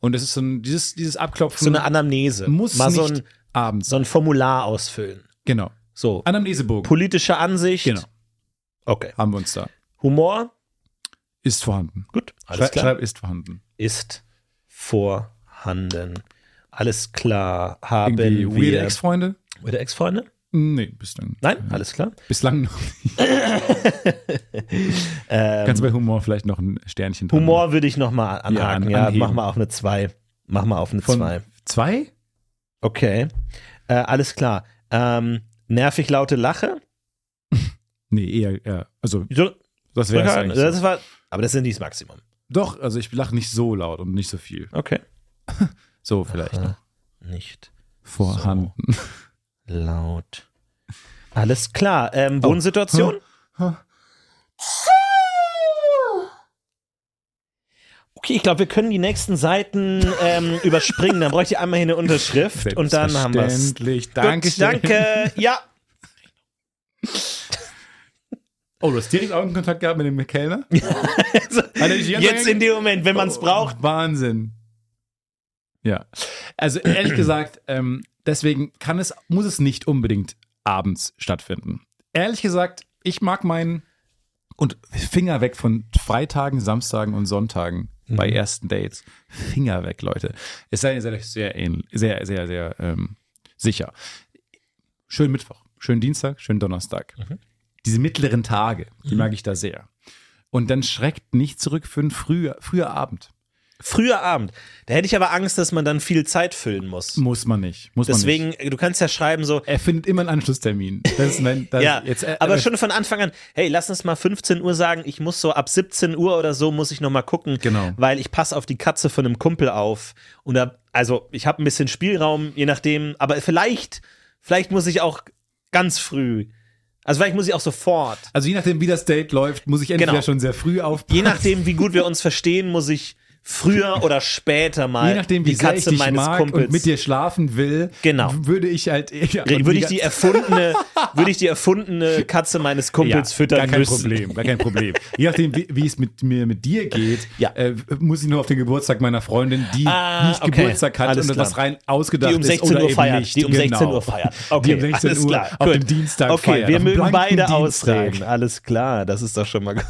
Und es ist so ein, dieses, dieses Abklopfen So eine Anamnese. muss Mal nicht so ein, abends. so ein Formular ausfüllen. Genau. So. Anamnesebogen. Politische Ansicht. Genau. Okay. Haben wir uns da. Humor. Ist vorhanden. Gut. Alles Schrei- klar. Schreib ist vorhanden. Ist vorhanden. Alles klar. Haben wir. Irgendwie weirde Ex-Freunde? Weirde Ex-Freunde? Nee, bislang. Nein? Alles klar. Bislang noch nicht. Kannst du bei Humor vielleicht noch ein Sternchen dran Ähm, Humor würde ich nochmal anhaken. Ja, Ja, an- anheben. mach mal auf eine 2. Mach mal auf eine machen? 2. Zwei? Okay. Äh, alles klar. Ähm, nervig laute Lache. Nee, eher, ja. Also, So, das wäre es okay, eigentlich. so. das war, aber das ist nicht das Maximum. Doch, also ich lache nicht so laut und nicht so viel. Okay. So vielleicht noch. Nicht Vorhanden. laut. Alles klar. Ähm, Oh. Wohnsituation? Okay, ich glaube, wir können die nächsten Seiten ähm, überspringen. Dann bräuchte ich einmal hier eine Unterschrift und dann haben wir es. Selbstverständlich. Dankeschön. Danke. Ja. Oh, du hast direkt Augenkontakt gehabt mit dem Kellner? Alter, ich- Jetzt in dem Moment, wenn man Oh. es braucht. Wahnsinn. Ja. Also ehrlich gesagt, ähm, deswegen kann es, muss es nicht unbedingt abends stattfinden. Ehrlich gesagt, ich mag meinen und Finger weg von Freitagen, Samstagen und Sonntagen bei ersten Dates. Finger weg, Leute. Es sei denn, ihr seid euch sehr ähnlich, sehr, sehr, sehr ähm, sicher. Schön Mittwoch, schön Dienstag, schön Donnerstag. Diese mittleren Tage, die mag ich da sehr. Und dann schreckt nicht zurück für einen früher, früher Abend. Früher Abend. Da hätte ich aber Angst, dass man dann viel Zeit füllen muss. Muss man nicht. Muss Man nicht. Deswegen, du kannst ja schreiben so, Er findet immer einen Anschlusstermin. Das ist mein, das ja, jetzt, äh, aber schon von Anfang an, hey, lass uns mal 15 Uhr sagen, ich muss so ab 17 Uhr oder so, muss ich nochmal gucken, Genau. weil ich passe auf die Katze von einem Kumpel auf. Und da, also ich habe ein bisschen Spielraum, je nachdem, aber vielleicht, vielleicht muss ich auch ganz früh, also vielleicht muss ich auch sofort. Also je nachdem, wie das Date läuft, muss ich entweder Genau. schon sehr früh auf. Je nachdem, wie gut wir uns verstehen, muss ich früher oder später mal Je nachdem, wie die sehr Katze ich dich meines mag Kumpels. und mit dir schlafen will, Genau. würde ich halt eher. und würde ich die die erfundene, würde ich die erfundene Katze meines Kumpels füttern gar kein müssen. Problem, gar kein Problem. Je nachdem, wie, wie es mit mir mit dir geht, Ja. äh, muss ich nur auf den Geburtstag meiner Freundin, die Ah, nicht okay. Geburtstag hat Alles und klar. was rein ausgedacht Die um 16 ist oder Uhr eben feiert. nicht. Die um 16 genau. Uhr feiert. Okay, die um 16 alles Uhr klar. auf Gut. dem Dienstag Okay, feiert. wir auf dem mögen blanken beide Dienstag. ausreden. Alles klar, das ist doch schon mal gut.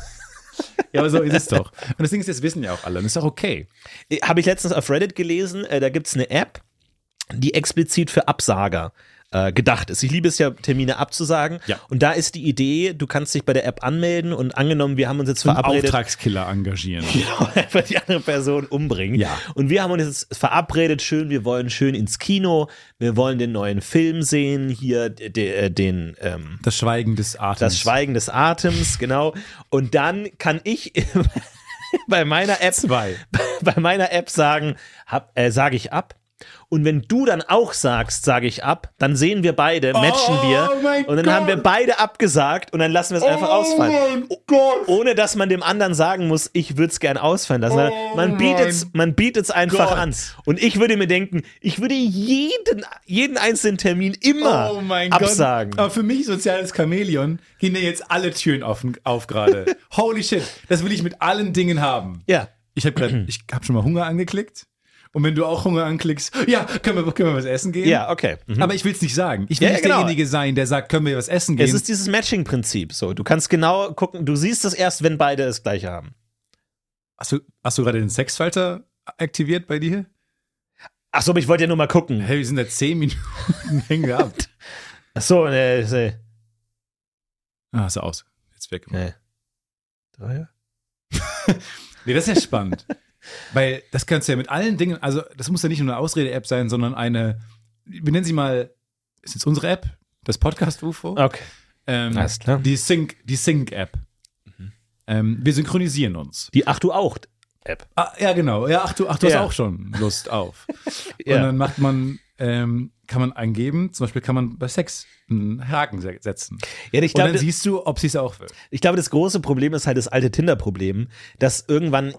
Ja, aber so ist es doch. Und das Ding ist, das wissen ja auch alle. Und ist auch okay. Äh, Habe ich letztens auf Reddit gelesen, äh, da gibt es eine App, die explizit für Absager äh, gedacht ist. Ich liebe es ja, Termine abzusagen. Ja. Und da ist die Idee, du kannst dich bei der App anmelden und angenommen, wir haben uns jetzt Zum verabredet. Auftragskiller engagieren. Genau, einfach die andere Person umbringen. Ja. Und wir haben uns jetzt verabredet, schön, wir wollen schön ins Kino, wir wollen den neuen Film sehen, hier de, de, den ähm, Das Schweigen des Atems. Das Schweigen des Atems, genau. Und dann kann ich bei meiner App Zwei. bei meiner App sagen, hab, äh, sage ich ab. Und wenn du dann auch sagst, sage ich ab, dann sehen wir beide, matchen wir. Oh, mein und dann haben wir Gott. beide abgesagt und dann lassen wir es Oh einfach ausfallen. Ohne dass man dem anderen sagen muss, ich würde es gern ausfallen lassen. Oh man bietet es man bietet's einfach Gott. an. Und ich würde mir denken, ich würde jeden, jeden einzelnen Termin immer Oh mein absagen. Gott. Aber für mich, soziales Chamäleon, gehen ja jetzt alle Türen offen, auf gerade. Holy shit, das will ich mit allen Dingen haben. Ja. Ich habe gerade, ich habe schon mal Hunger angeklickt. Und wenn du auch Hunger anklickst, ja, können wir, können wir was essen gehen? Ja, okay. Mhm. Aber ich will es nicht sagen. Ich will Ja, ja, nicht genau. derjenige sein, der sagt, können wir was essen gehen? Es ist dieses Matching-Prinzip. So, du kannst genau gucken, du siehst es erst, wenn beide das gleiche haben. hast du, hast du gerade den Sexfalter aktiviert bei dir? Achso, aber ich wollte ja nur mal gucken. Hey, wir sind da zehn Minuten hängen gehabt. Achso, ne, ne, Ah, ist aus. Jetzt weg. ne. Dreier? Nee, das ist ja spannend. Weil das kannst du ja mit allen Dingen, also das muss ja nicht nur eine Ausrede-App sein, sondern eine, wir nennen sie mal, ist jetzt unsere App, das Podcast-UFO. Okay. ähm, alles klar. Mhm. Die Sync, die Sync-App. Ähm, wir synchronisieren uns. Die, ach du auch. App. Ah, ja, genau. Ja, ach, du, ach, du Ja. hast auch schon Lust auf. Ja. Und dann macht man, ähm, kann man eingeben, zum Beispiel kann man bei Sex einen Haken se- setzen. Ja, ich Und dann glaube, siehst du, ob sie es auch will. Ich glaube, das große Problem ist halt das alte Tinder-Problem, dass irgendwann,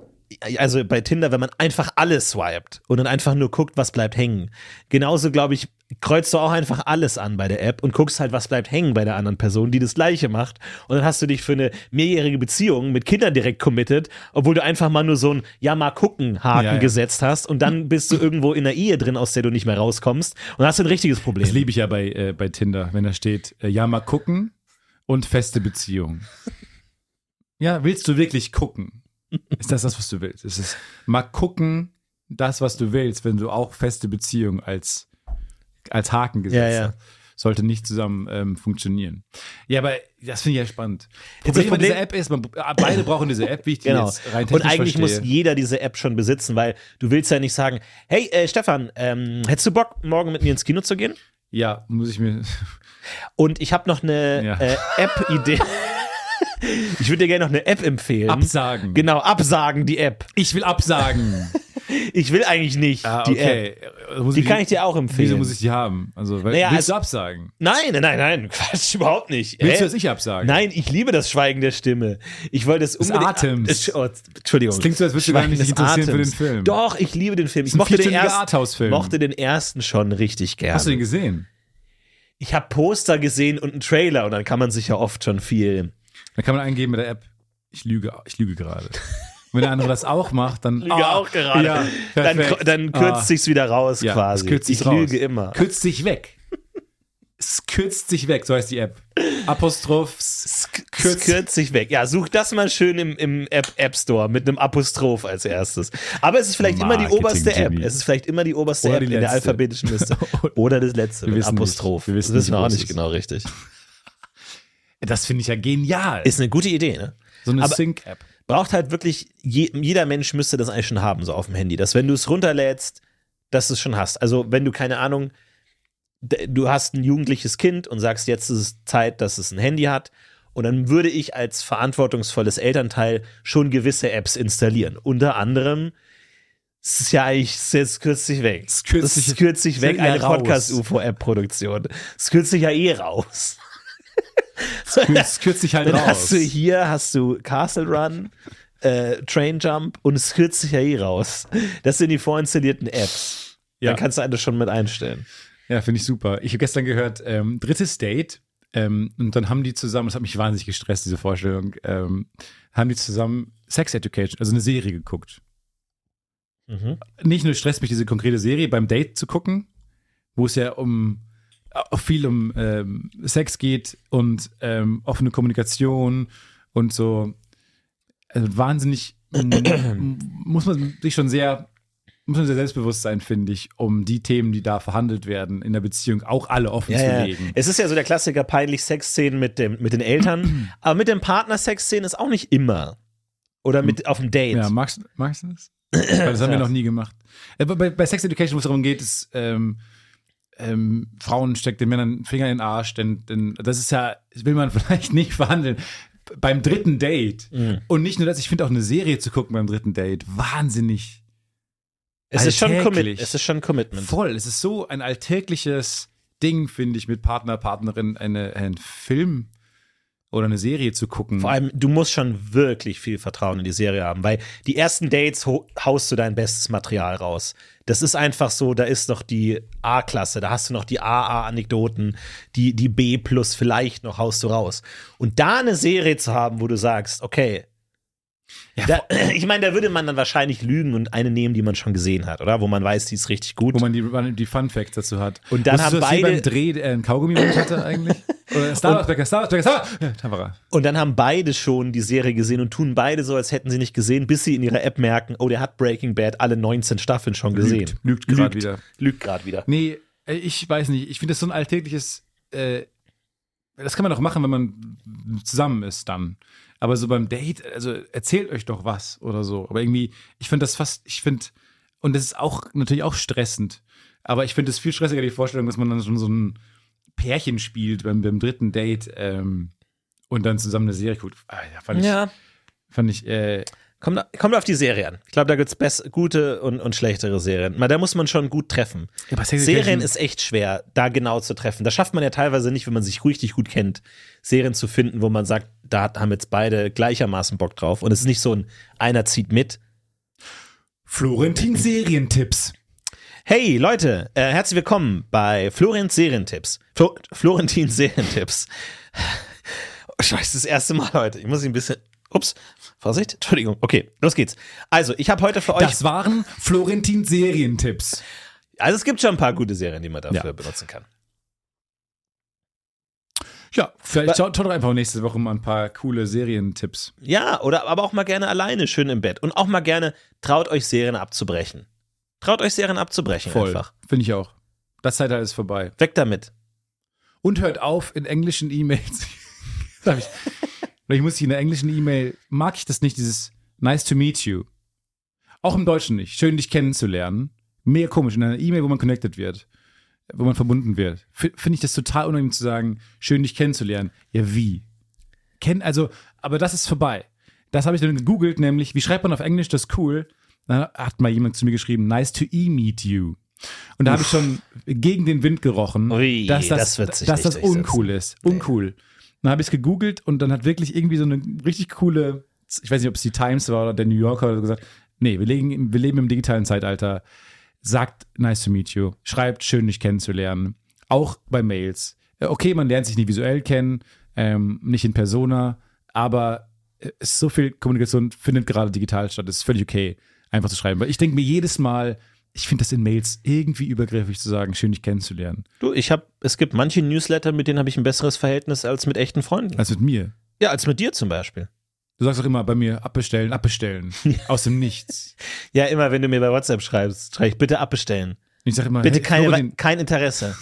also bei Tinder, wenn man einfach alles swiped und dann einfach nur guckt, was bleibt hängen. Genauso, glaube ich, kreuzt du auch einfach alles an bei der App und guckst halt, was bleibt hängen bei der anderen Person, die das Gleiche macht. Und dann hast du dich für eine mehrjährige Beziehung mit Kindern direkt committed, obwohl du einfach mal nur so ein Ja, mal gucken Haken Ja, ja. gesetzt hast und dann bist du irgendwo in einer Ehe drin, aus der du nicht mehr rauskommst und hast ein richtiges Problem. Das liebe ich ja bei, äh, bei Tinder, wenn da steht, äh, ja, mal gucken und feste Beziehung. ja, willst du wirklich gucken? Ist das das, was du willst? Ist es mal gucken, das, was du willst, wenn du auch feste Beziehung als, als Haken gesetzt Ja, ja. hast? Sollte nicht zusammen ähm, funktionieren. Ja, aber das finde ich ja spannend. Jetzt Problem, das bei dieser Problem- App ist, man, ah, beide brauchen diese App, wie ich die Genau. jetzt rein Und technisch eigentlich verstehe. muss jeder diese App schon besitzen, weil du willst ja nicht sagen, hey äh, Stefan, ähm, hättest du Bock, morgen mit mir ins Kino zu gehen? ja, muss ich mir. Und ich habe noch eine Ja. äh, App-Idee. ich würde dir gerne noch eine App empfehlen. Absagen. Genau, absagen die App. Ich will absagen. Ich will eigentlich nicht Ah, die App. okay. Muss Die kann ich dir auch empfehlen. Wieso muss ich die haben? Also, weil, Naja, willst also- du absagen? Nein, nein, nein, nein, Quatsch, überhaupt nicht. Willst Hä? du, dass ich absage? Nein, ich liebe das Schweigen der Stimme. Ich wollte es unbedingt. Atems. Äh, Oh, Entschuldigung. Das klingt so, als würdest du gar nicht Schweigen dich des interessieren für Atems. den Film. Doch, ich liebe den Film. Ich ein mochte den, vierstündiger ersten, Arthouse-Film. mochte den ersten schon richtig gerne. Hast du den gesehen? ich habe Poster gesehen und einen Trailer und dann kann man sich ja oft schon viel. Dann kann man eingeben mit der App, ich lüge, ich lüge gerade. Wenn der andere das auch macht, dann. Lüge auch gerade. Ah, Ja, dann, perfekt. kr- dann kürzt Ah, sich's wieder raus ja, quasi. Es kürzt sich ich raus. lüge immer. Kürzt sich weg. Es kürzt sich weg, so heißt die App. Apostroph. Es k- es Kürzt- kürzt sich weg. Ja, such das mal schön im, im App, App Store mit einem Apostroph als erstes. Aber es ist vielleicht immer die Marketing, oberste App. Jimmy. Es ist vielleicht immer die oberste Oder App die in der letzte. alphabetischen Liste. Oder das letzte mit wissen nicht. Apostroph. Wir wissen das wissen nicht, wir wo auch es nicht ist. genau richtig. Das finde ich ja genial. Ist eine gute Idee, ne? so eine aber- Sync-App. braucht halt wirklich, je, jeder Mensch müsste das eigentlich schon haben, so auf dem Handy, dass wenn du es runterlädst, dass du es schon hast. Also wenn du keine Ahnung, d- du hast ein jugendliches Kind und sagst, jetzt ist es Zeit, dass es ein Handy hat. Und dann würde ich als verantwortungsvolles Elternteil schon gewisse Apps installieren. Unter anderem, es ist ja eigentlich, es ist jetzt kürzlich weg. Es kürzt Das sich- ist kürzlich weg, Ja, eine raus. Podcast-UFO-App-Produktion. Es kürzt sich ja eh raus. Es kürzt sich halt Dann raus. hast du hier, hast du Castle Run, äh, Train Jump und es kürzt sich ja eh raus. Das sind die vorinstallierten Apps. Ja. Dann kannst du das schon mit einstellen. Ja, finde ich super. Ich habe gestern gehört, ähm, drittes Date. Ähm, und dann haben die zusammen, das hat mich wahnsinnig gestresst, diese Vorstellung, ähm, haben die zusammen Sex Education, also eine Serie geguckt. Mhm. Nicht nur stresst mich diese konkrete Serie beim Date zu gucken, wo es ja um auch viel um ähm, Sex geht und ähm, offene Kommunikation und so. Also wahnsinnig mm, muss man sich schon sehr muss man sehr selbstbewusst sein, finde ich, um die Themen, die da verhandelt werden, in der Beziehung auch alle offen zu Ja, ja. legen. Es ist ja so der Klassiker peinlich Sexszenen mit, dem, mit den Eltern, aber mit dem Partner Sexszenen ist auch nicht immer. Oder mit auf dem Date. Ja, magst, magst du das? Weil das haben wir noch nie gemacht. Äh, Bei, bei Sex Education, wo es darum geht, ist, ähm, ähm, Frauen steckt den Männern einen Finger in den Arsch, denn, denn das ist ja, das will man vielleicht nicht verhandeln. B- Beim dritten Date. Mm. Und nicht nur das, ich finde auch eine Serie zu gucken beim dritten Date. Wahnsinnig es, ist schon ein Commit, alltäglich. es ist schon ein Commitment. voll. Es ist so ein alltägliches Ding, finde ich, mit Partner, Partnerin eine, einen Film oder eine Serie zu gucken. Vor allem, du musst schon wirklich viel Vertrauen in die Serie haben, weil die ersten Dates ho- haust du dein bestes Material raus. Das ist einfach so, da ist noch die A-Klasse, da hast du noch die AA-Anekdoten, die, die B plus vielleicht noch haust du raus. Und da eine Serie zu haben, wo du sagst, okay, da, ich meine, da würde man dann wahrscheinlich lügen und eine nehmen, die man schon gesehen hat, oder? Wo man weiß, die ist richtig gut. wo man die, man die Fun Facts dazu hat. Und dann Wusstest haben du, dass hier beide- beim Dreh äh, einen Kaugummi im Mund hatte eigentlich. Oder Star Wars Becker, Star Wars Becker, Star Wars. Ja, Tamara. Und dann haben beide schon die Serie gesehen und tun beide so, als hätten sie nicht gesehen, bis sie in ihrer App merken, oh, der hat Breaking Bad alle 19 Staffeln schon gesehen. lügt gerade wieder. Lügt gerade wieder. Nee, äh, ich weiß nicht. Ich finde das so ein alltägliches. Äh, das kann man doch machen, wenn man zusammen ist dann. Aber so beim Date, also erzählt euch doch was oder so. Aber irgendwie, ich finde das fast, ich finde, und das ist auch natürlich auch stressend. Aber ich finde es viel stressiger, die Vorstellung, dass man dann schon so ein Pärchen spielt beim, beim dritten Date ähm, und dann zusammen eine Serie guckt. Ah, ja, fand ich, Ja. fand ich äh, Kommt, kommt auf die Serie an. Ich glaube, da gibt es gute und, und schlechtere Serien. Na, da muss man schon gut treffen. aber Sex Serien Education- ist echt schwer, da genau zu treffen. Das schafft man ja teilweise nicht, wenn man sich richtig gut kennt, Serien zu finden, wo man sagt, da hat- haben jetzt beide gleichermaßen Bock drauf. Und es ist nicht so ein, einer zieht mit. Florentin Serientipps. Hey Leute, äh, herzlich willkommen bei Florentins Serientipps. Flo Florentins Serientipps. Scheiße, das erste Mal heute. Ich muss ihn ein bisschen. Ups, Vorsicht, Entschuldigung. Okay, los geht's. Also, ich habe heute für euch. Das waren Florentin Serientipps. also, es gibt schon ein paar gute Serien, die man dafür Ja. benutzen kann. Ja, Ba- vielleicht schaut schaut doch einfach nächste Woche mal ein paar coole Serientipps. Ja, oder aber auch mal gerne alleine, schön im Bett. Und auch mal gerne traut euch Serien abzubrechen. Traut euch Serien abzubrechen Voll. einfach. Finde ich auch. Das Zeitalter ist vorbei. Weg damit. Und hört auf in englischen E-Mails. Das hab ich, ich muss in der englischen E-Mail, mag ich das nicht, dieses nice to meet you. Auch im Deutschen nicht. Schön, dich kennenzulernen. Mega komisch. In einer E-Mail, wo man connected wird, wo man verbunden wird, fi- finde ich das total unangenehm zu sagen, schön, dich kennenzulernen. Ja, wie? Kenn, also, aber das ist vorbei. Das habe ich dann gegoogelt, nämlich, wie schreibt man auf Englisch das cool? Dann hat mal jemand zu mir geschrieben, nice to e-meet you. Und da habe ich schon gegen den Wind gerochen, Ui, dass das, das wird sich dass nicht das uncool ist. Uncool. Dann habe ich es gegoogelt und dann hat wirklich irgendwie so eine richtig coole, ich weiß nicht, ob es die Times war oder der New Yorker oder so gesagt, nee, wir legen, wir leben im digitalen Zeitalter. Sagt nice to meet you. Schreibt schön, dich kennenzulernen. Auch bei Mails. Äh, Okay, man lernt sich nicht visuell kennen, ähm, nicht in Persona, aber äh, es ist so viel Kommunikation findet gerade digital statt. Es ist völlig okay, einfach zu schreiben. Weil ich denke mir jedes Mal, ich finde das in Mails irgendwie übergriffig zu sagen, schön, dich kennenzulernen. Du, ich habe, es gibt manche Newsletter, mit denen habe ich ein besseres Verhältnis als mit echten Freunden. Als mit mir. Ja, als mit dir zum Beispiel. Du sagst auch immer bei mir, abbestellen, abbestellen. Aus dem Nichts. Ja, immer wenn du mir bei WhatsApp schreibst, schreibe ich bitte abbestellen. Und ich sage immer, Bitte hey, keine, Florian, kein Interesse.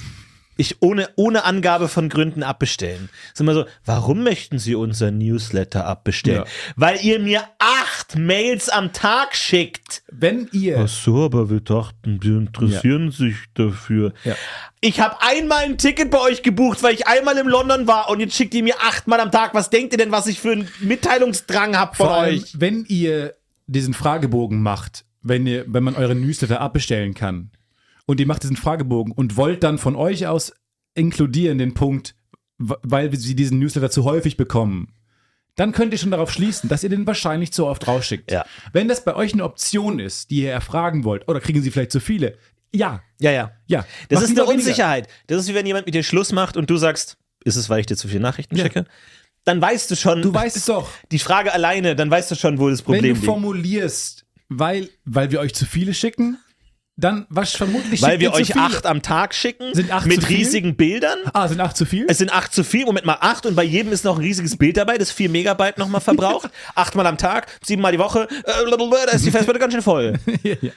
Ich ohne, ohne Angabe von Gründen abbestellen. Ist immer so, warum möchten Sie unser Newsletter abbestellen? Ja. Weil ihr mir acht Mails am Tag schickt. wenn ihr. Ach so, aber wir dachten, die interessieren sich dafür. Ja. Ich habe einmal ein Ticket bei euch gebucht, weil ich einmal in London war und jetzt schickt ihr mir achtmal am Tag. Was denkt ihr denn, was ich für einen Mitteilungsdrang habe von Vor allem, euch? wenn ihr diesen Fragebogen macht, wenn, ihr, wenn man eure Newsletter abbestellen kann und ihr macht diesen Fragebogen und wollt dann von euch aus inkludieren den Punkt, w- weil wir- sie diesen Newsletter zu häufig bekommen, dann könnt ihr schon darauf schließen, dass ihr den wahrscheinlich zu oft rausschickt. Ja. Wenn das bei euch eine Option ist, die ihr erfragen wollt, oder kriegen sie vielleicht zu viele, ja, Ja, ja. ja. Das ist macht eine lieber weniger. Unsicherheit. Das ist wie wenn jemand mit dir Schluss macht und du sagst, ist es, weil ich dir zu viele Nachrichten Ja. schicke? Dann weißt du schon, Du weißt es doch. die Frage alleine, dann weißt du schon, wo das Wenn Problem du liegt. formulierst, weil, weil wir euch zu viele schicken, dann was vermutlich Weil schickt wir ihr zu euch viele. acht am Tag schicken, Sind acht zu mit viel? riesigen Bildern. Ah, sind acht zu viel? Es sind acht zu viel, Moment mal, acht und bei jedem ist noch ein riesiges Bild dabei, das vier Megabyte nochmal verbraucht. Achtmal am Tag, siebenmal die Woche, äh, blablabla, da ist die Festplatte ganz schön voll.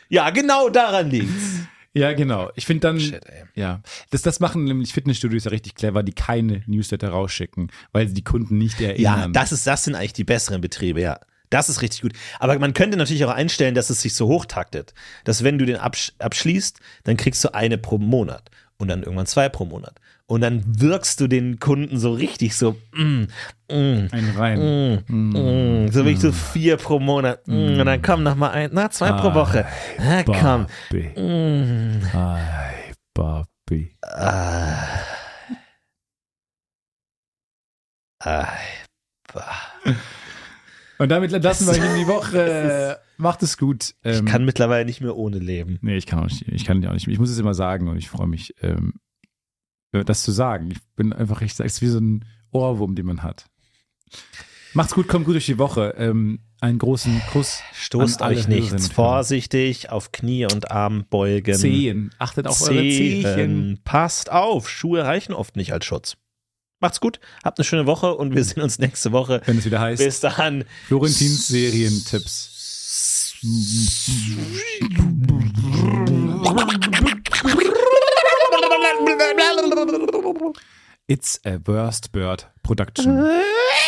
Ja, genau daran liegt's. ja, genau. Ich finde dann. Shit, ey. Ja. Das, das machen nämlich Fitnessstudios ja richtig clever, die keine Newsletter rausschicken, weil sie die Kunden nicht Ja, erinnern. das, ist, das sind eigentlich die besseren Betriebe, ja. Das ist richtig gut. Aber man könnte natürlich auch einstellen, dass es sich so hochtaktet, dass wenn du den absch abschließt, dann kriegst du eine pro Monat und dann irgendwann zwei pro Monat. Und dann wirkst du den Kunden so richtig so, mm, mm, Ein rein. Mm, so wirklich so vier pro Monat. Mm. Und dann komm noch mal ein, na zwei Ah. pro Woche. Na, komm. Mm. Bobby. Hi, Bobby. Ah, Und damit lassen wir euch in die Woche. Macht es gut. Ich Ähm, kann mittlerweile nicht mehr ohne leben. Nee, ich kann auch nicht. Ich kann ja auch nicht. Ich muss es immer sagen und ich freue mich, ähm, äh, das zu sagen. Ich bin einfach echt, es ist wie so ein Ohrwurm, den man hat. Macht's gut, kommt gut durch die Woche. Ähm, einen großen Kuss. Stoßt an alle euch nichts. Hörerinnen und Hörer. Vorsichtig auf Knie und Armbeugen. Zehen. Achtet auf eure Zehen. Zehchen. Passt auf, Schuhe reichen oft nicht als Schutz. Macht's gut, habt eine schöne Woche und wir sehen uns nächste Woche. Wenn es wieder heißt, Bis dann. Florentins Serientipps. It's a Worst Bird Production.